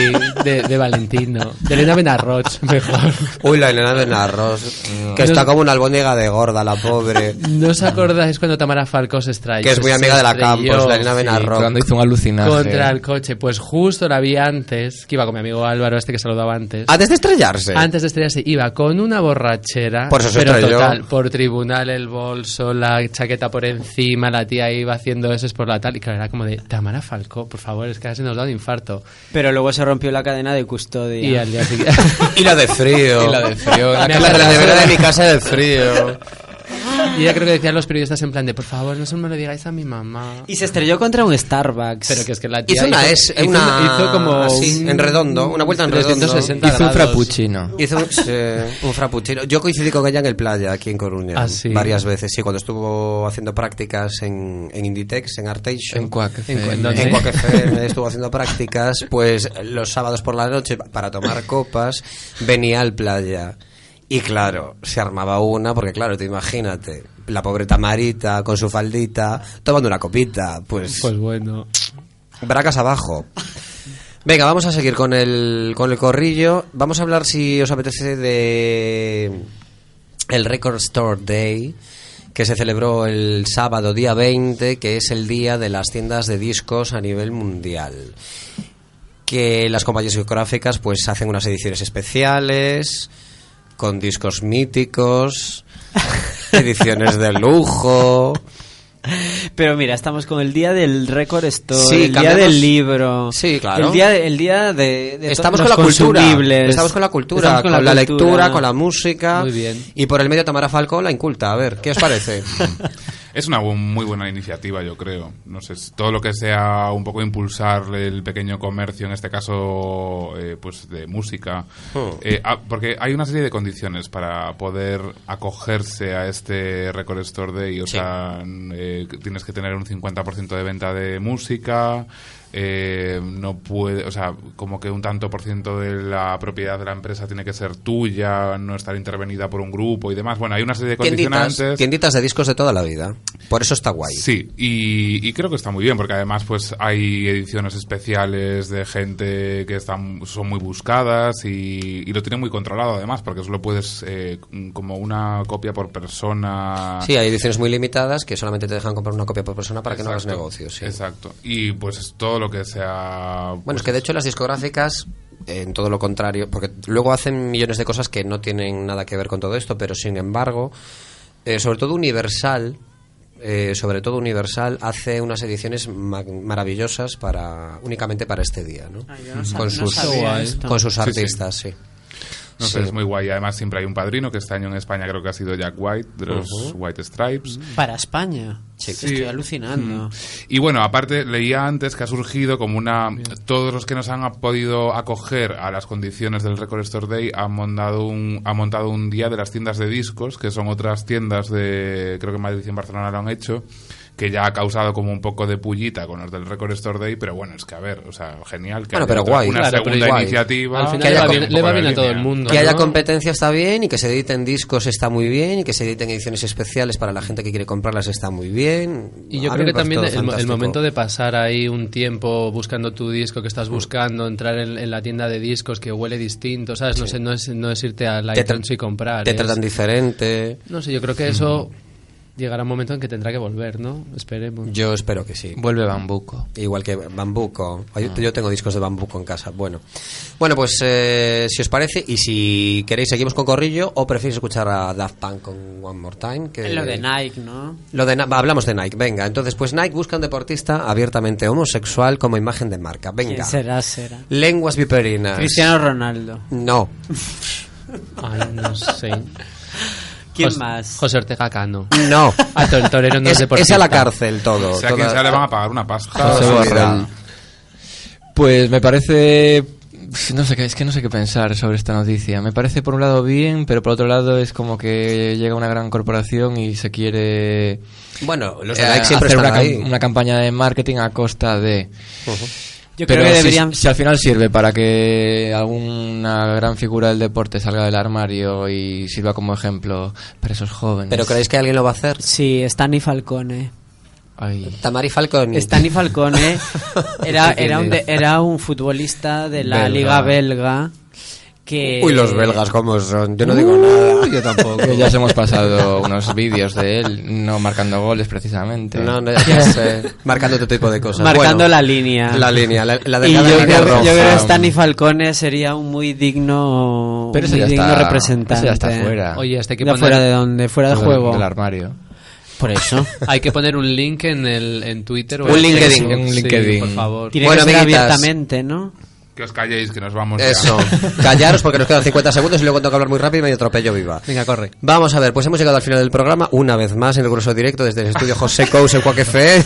F: de, de Valentino. De Elena Benarroch, mejor.
A: Uy, la Elena Benarros.
F: Mm.
A: Que está como una albóndiga de gorda, la pobre.
F: ¿No os acordáis cuando Tamara Falcó se extrañó?
A: Que es muy amiga de la Campos, la Elena Benarroch.
C: Cuando hizo un alucinaje.
F: Contra el coche. Pues justo la vi antes, que iba con mi amigo Álvaro, este que saludaba antes.
A: Antes de estrellarse.
F: Antes de estrellarse iba con una borrachera,
A: Por eso se
F: pero
A: estrelló.
F: total, por tribunal, el bolso, la chaqueta por encima, la tía iba haciendo eso es por la tal, y claro, era como de, Tamara Falcó, por favor, es que casi nos da un infarto.
B: Pero luego se rompió la cadena de custodia.
F: Y al día siguiente...
A: Y la de frío.
C: Y la de frío.
A: La,
F: Me
A: la
F: acuerdo.
A: nevera de mi casa de frío.
F: y ya creo que decían los periodistas en plan de, por favor, no se me lo digáis a mi mamá.
B: Y se estrelló contra un Starbucks.
F: Pero que es que la tía
A: Hizo una
F: hizo,
A: S,
F: hizo-
A: una-
F: hizo como
A: así,
F: un-
A: en redondo, una vuelta en redondo.
F: 360
C: Hizo un
F: grados.
C: frappuccino.
A: Hizo un, sí, un frappuccino. Yo coincidí con ella en el playa, aquí en Coruña,
F: Ah, sí.
A: varias veces. Sí, cuando estuvo haciendo prácticas en, en Inditex, en Artation.
C: En Quack.
F: En cu-
C: FM.
F: ¿dónde?
A: en Quack FM estuvo haciendo prácticas, pues los sábados por la noche, pa- para tomar copas, venía al playa. Y claro, se armaba una, porque claro, te imagínate, la pobre Tamarita con su faldita, tomando una copita, pues,
F: Pues bueno.
A: bracas abajo. Venga, vamos a seguir con el, con el corrillo. Vamos a hablar, si os apetece, de el Record Store Day, que se celebró el sábado día 20, que es el día de las tiendas de discos a nivel mundial que las compañías discográficas pues hacen unas ediciones especiales con discos míticos, ediciones de lujo.
B: Pero mira, estamos con el día del récord store,
A: Sí,
B: el día
A: cambiamos-
B: del libro.
A: Sí, claro.
B: El día, el día de, de
A: Estamos
B: to-
A: con la
B: los
A: cultura,
B: consumibles.
A: estamos con la cultura,
B: Estamos
A: con, la, lectura, con la música
F: Muy bien.
A: y por el medio Tamara Falcó la inculta. A ver, ¿qué os parece?
D: Es una bu- muy buena iniciativa, yo creo. No sé, si todo lo que sea un poco impulsar el pequeño comercio, en este caso, eh, pues de música.
A: Oh.
D: Eh, ah, porque hay una serie de condiciones para poder acogerse a este Record Store Day. O
A: Sí.
D: sea, n- eh, que tienes que tener un 50% de venta de música. eh, no puede, o sea, como que un tanto por ciento de la propiedad de la empresa tiene que ser tuya, no estar intervenida por un grupo y demás. Bueno, hay una serie de
A: tienditas,
D: condicionantes.
A: tienditas de discos de toda la vida. Por eso está guay.
D: Sí, y, y creo que está muy bien, porque además pues hay ediciones especiales de gente que están, son muy buscadas y, y lo tienen muy controlado además, porque solo puedes eh, como una copia por persona.
A: Sí, hay ediciones muy limitadas que solamente te dejan comprar una copia por persona para que no hagas
D: Exacto,
A: negocios. sí.
D: Exacto. Y pues todo lo que sea...
A: Bueno, es que de hecho las discográficas, eh, en todo lo contrario, porque luego hacen millones de cosas que no tienen nada que ver con todo esto, pero sin embargo, eh, sobre todo Universal, eh, sobre todo Universal, hace unas ediciones ma- maravillosas para únicamente para este día, ¿no?
B: Ah, yo no sab-
A: con
B: no
A: sus
B: sabía esto.
A: con sus
D: Sí, sí.
A: artistas, sí.
D: pues, No sé,
A: Sí.
D: es muy guay. Además, siempre hay un padrino que este año en España creo que ha sido Jack White, de los White Stripes.
B: Para España. Mm. Estoy alucinando.
D: Y bueno, aparte leía antes que ha surgido como una todos los que nos han podido acoger a las condiciones del Record Store Day han montado un han montado un día de las tiendas de discos, que son otras tiendas de creo que en Madrid y en Barcelona lo han hecho que ya ha causado como un poco de pullita con los del Record Store Day, pero bueno, es que a ver, o sea, genial que
A: Bueno,
D: haya
A: pero
D: otra-
A: guay.
D: una
A: Claro,
D: segunda
A: pero guay.
D: iniciativa.
F: Al
A: que
F: final le
A: haya
F: va
A: como
F: bien,
D: un
F: le
D: poco
F: va
D: la
F: bien a todo
D: línea.
F: el mundo.
A: Que haya
F: ¿no?
A: competencia está bien y que se editen discos está muy bien y que se editen ediciones especiales para la gente que quiere comprarlas está muy bien.
F: Y yo
A: A
F: creo
A: mí me parece
F: que también
A: pues todo
F: el, mo- el
A: fantástico.
F: momento de pasar ahí un tiempo buscando tu disco que estás
A: Mm.
F: buscando, entrar en, en la tienda de discos que huele distinto, ¿sabes? No, sé, no, es, no es irte a la
A: Te tra-
F: iTunes y comprar.
A: te
F: es-
A: tratan Mm. diferente.
F: No sé, yo creo que eso llegará un momento en que tendrá que volver, ¿no? Esperemos.
A: Yo espero que sí.
C: Vuelve Bambuco.
A: Igual que Bambuco. Ay, Yo tengo discos de Bambuco en casa. Bueno, bueno pues eh, si os parece y si queréis seguimos con Corrillo o preferís escuchar a Daft Punk con One More Time. Que...
B: Es Lo de Nike, ¿no?
A: Lo de Na- va, hablamos de Nike, venga. Entonces, pues Nike busca un deportista abiertamente homosexual como imagen de marca. Venga.
B: ¿Quién será? Será.
A: Lenguas viperinas.
B: Cristiano Ronaldo.
A: No.
F: Ay, no sé.
B: ¿Quién
F: Jos-
B: más?
F: José Ortega Cano.
A: No.
F: Ah, to- el torero no
A: es,
F: es
A: es
F: deportista.
A: a la cárcel todo.
D: O sea,
A: toda-
D: que ya le van a pagar una pasta.
A: José
C: Se
A: Borrell.
C: borran. Pues me parece. No sé, qué- es que no sé qué pensar sobre esta noticia. Me parece por un lado bien, pero por otro lado es como que llega una gran corporación y se quiere
A: Bueno, los de
C: eh,
A: Nike siempre
C: hacer
A: están
C: una, cam-
A: ahí.
C: una campaña de marketing a costa de.
B: Yo
C: pero
B: creo que
C: si-
B: deberían.
C: si, al final sirve para que alguna gran figura del deporte salga del armario y sirva como ejemplo para esos jóvenes.
A: ¿Pero creéis que alguien lo va a hacer?
B: Sí, Stan y Falcone.
C: Ay.
A: Tamari Falcon.
B: Stanley Falcone era,
C: Sí, sí,
B: era, un,
C: sí.
B: de- era un futbolista de la
C: Belga.
B: liga belga que...
A: Uy, los belgas cómo son. Yo no digo nada. Yo tampoco.
C: Que ya os hemos pasado unos vídeos de él, no marcando goles precisamente.
A: No, no, ya sé. Marcando otro tipo de cosas.
B: Marcando
A: Bueno,
B: la línea.
A: La línea, la, la
B: Y yo
A: delgada
B: creo,
A: línea roja.
B: yo creo que
C: roja.
B: Stanley Falcone sería un muy digno,
C: Pero
B: muy
C: ese ya
B: digno
C: está-
B: representante.
C: ese ya está fuera.
F: Oye, hasta hay que
B: Ya
F: poner-
B: fuera de donde, fuera de
C: este Del-
B: juego.
C: Del armario.
B: Por eso.
F: Hay que poner un link en, el, en Twitter. o
A: Un
F: en
A: LinkedIn.
F: Facebook.
C: Un
F: Sí,
C: LinkedIn.
F: por favor.
B: Tiene
A: Bueno,
B: que ser
A: amiguitas.
B: abiertamente, ¿no?
D: Que os calléis, que nos vamos. ya.
A: Eso. Callaros porque nos quedan 50 segundos y luego tengo que hablar muy rápido y me atropello viva.
F: Venga, corre.
A: Vamos a ver, pues hemos llegado al final del programa. Una vez más, en recurso directo desde el estudio José Cous en Cuac FM.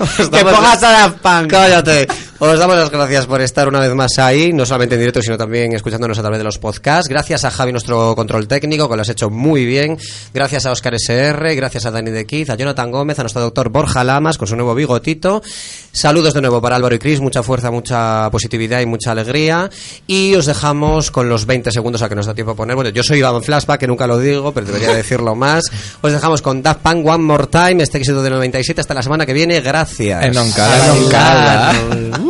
A: Os
B: Que
A: damos-
B: pongas a Daft Punk.
A: Cállate. Os damos las gracias por estar una vez más ahí, no solamente en directo, sino también escuchándonos a través de los podcasts. Gracias a Javi, nuestro control técnico, que lo has hecho muy bien. Gracias a Oscar SR, gracias a Dani de Kiz, a Jonathan Gómez, a nuestro doctor Borja Lamas con su nuevo bigotito. Saludos de nuevo para Álvaro y Cris, mucha fuerza, mucha positividad y mucha alegría. Y os dejamos con los 20 segundos a que nos da tiempo a poner. Bueno, yo soy Iván Flashback, que nunca lo digo, pero debería decirlo más. Os dejamos con Daft Punk One More Time, este éxito del 97. Hasta la semana que viene. Gracias.
C: Ah, En Oncara. En Oncara.
A: Adiós.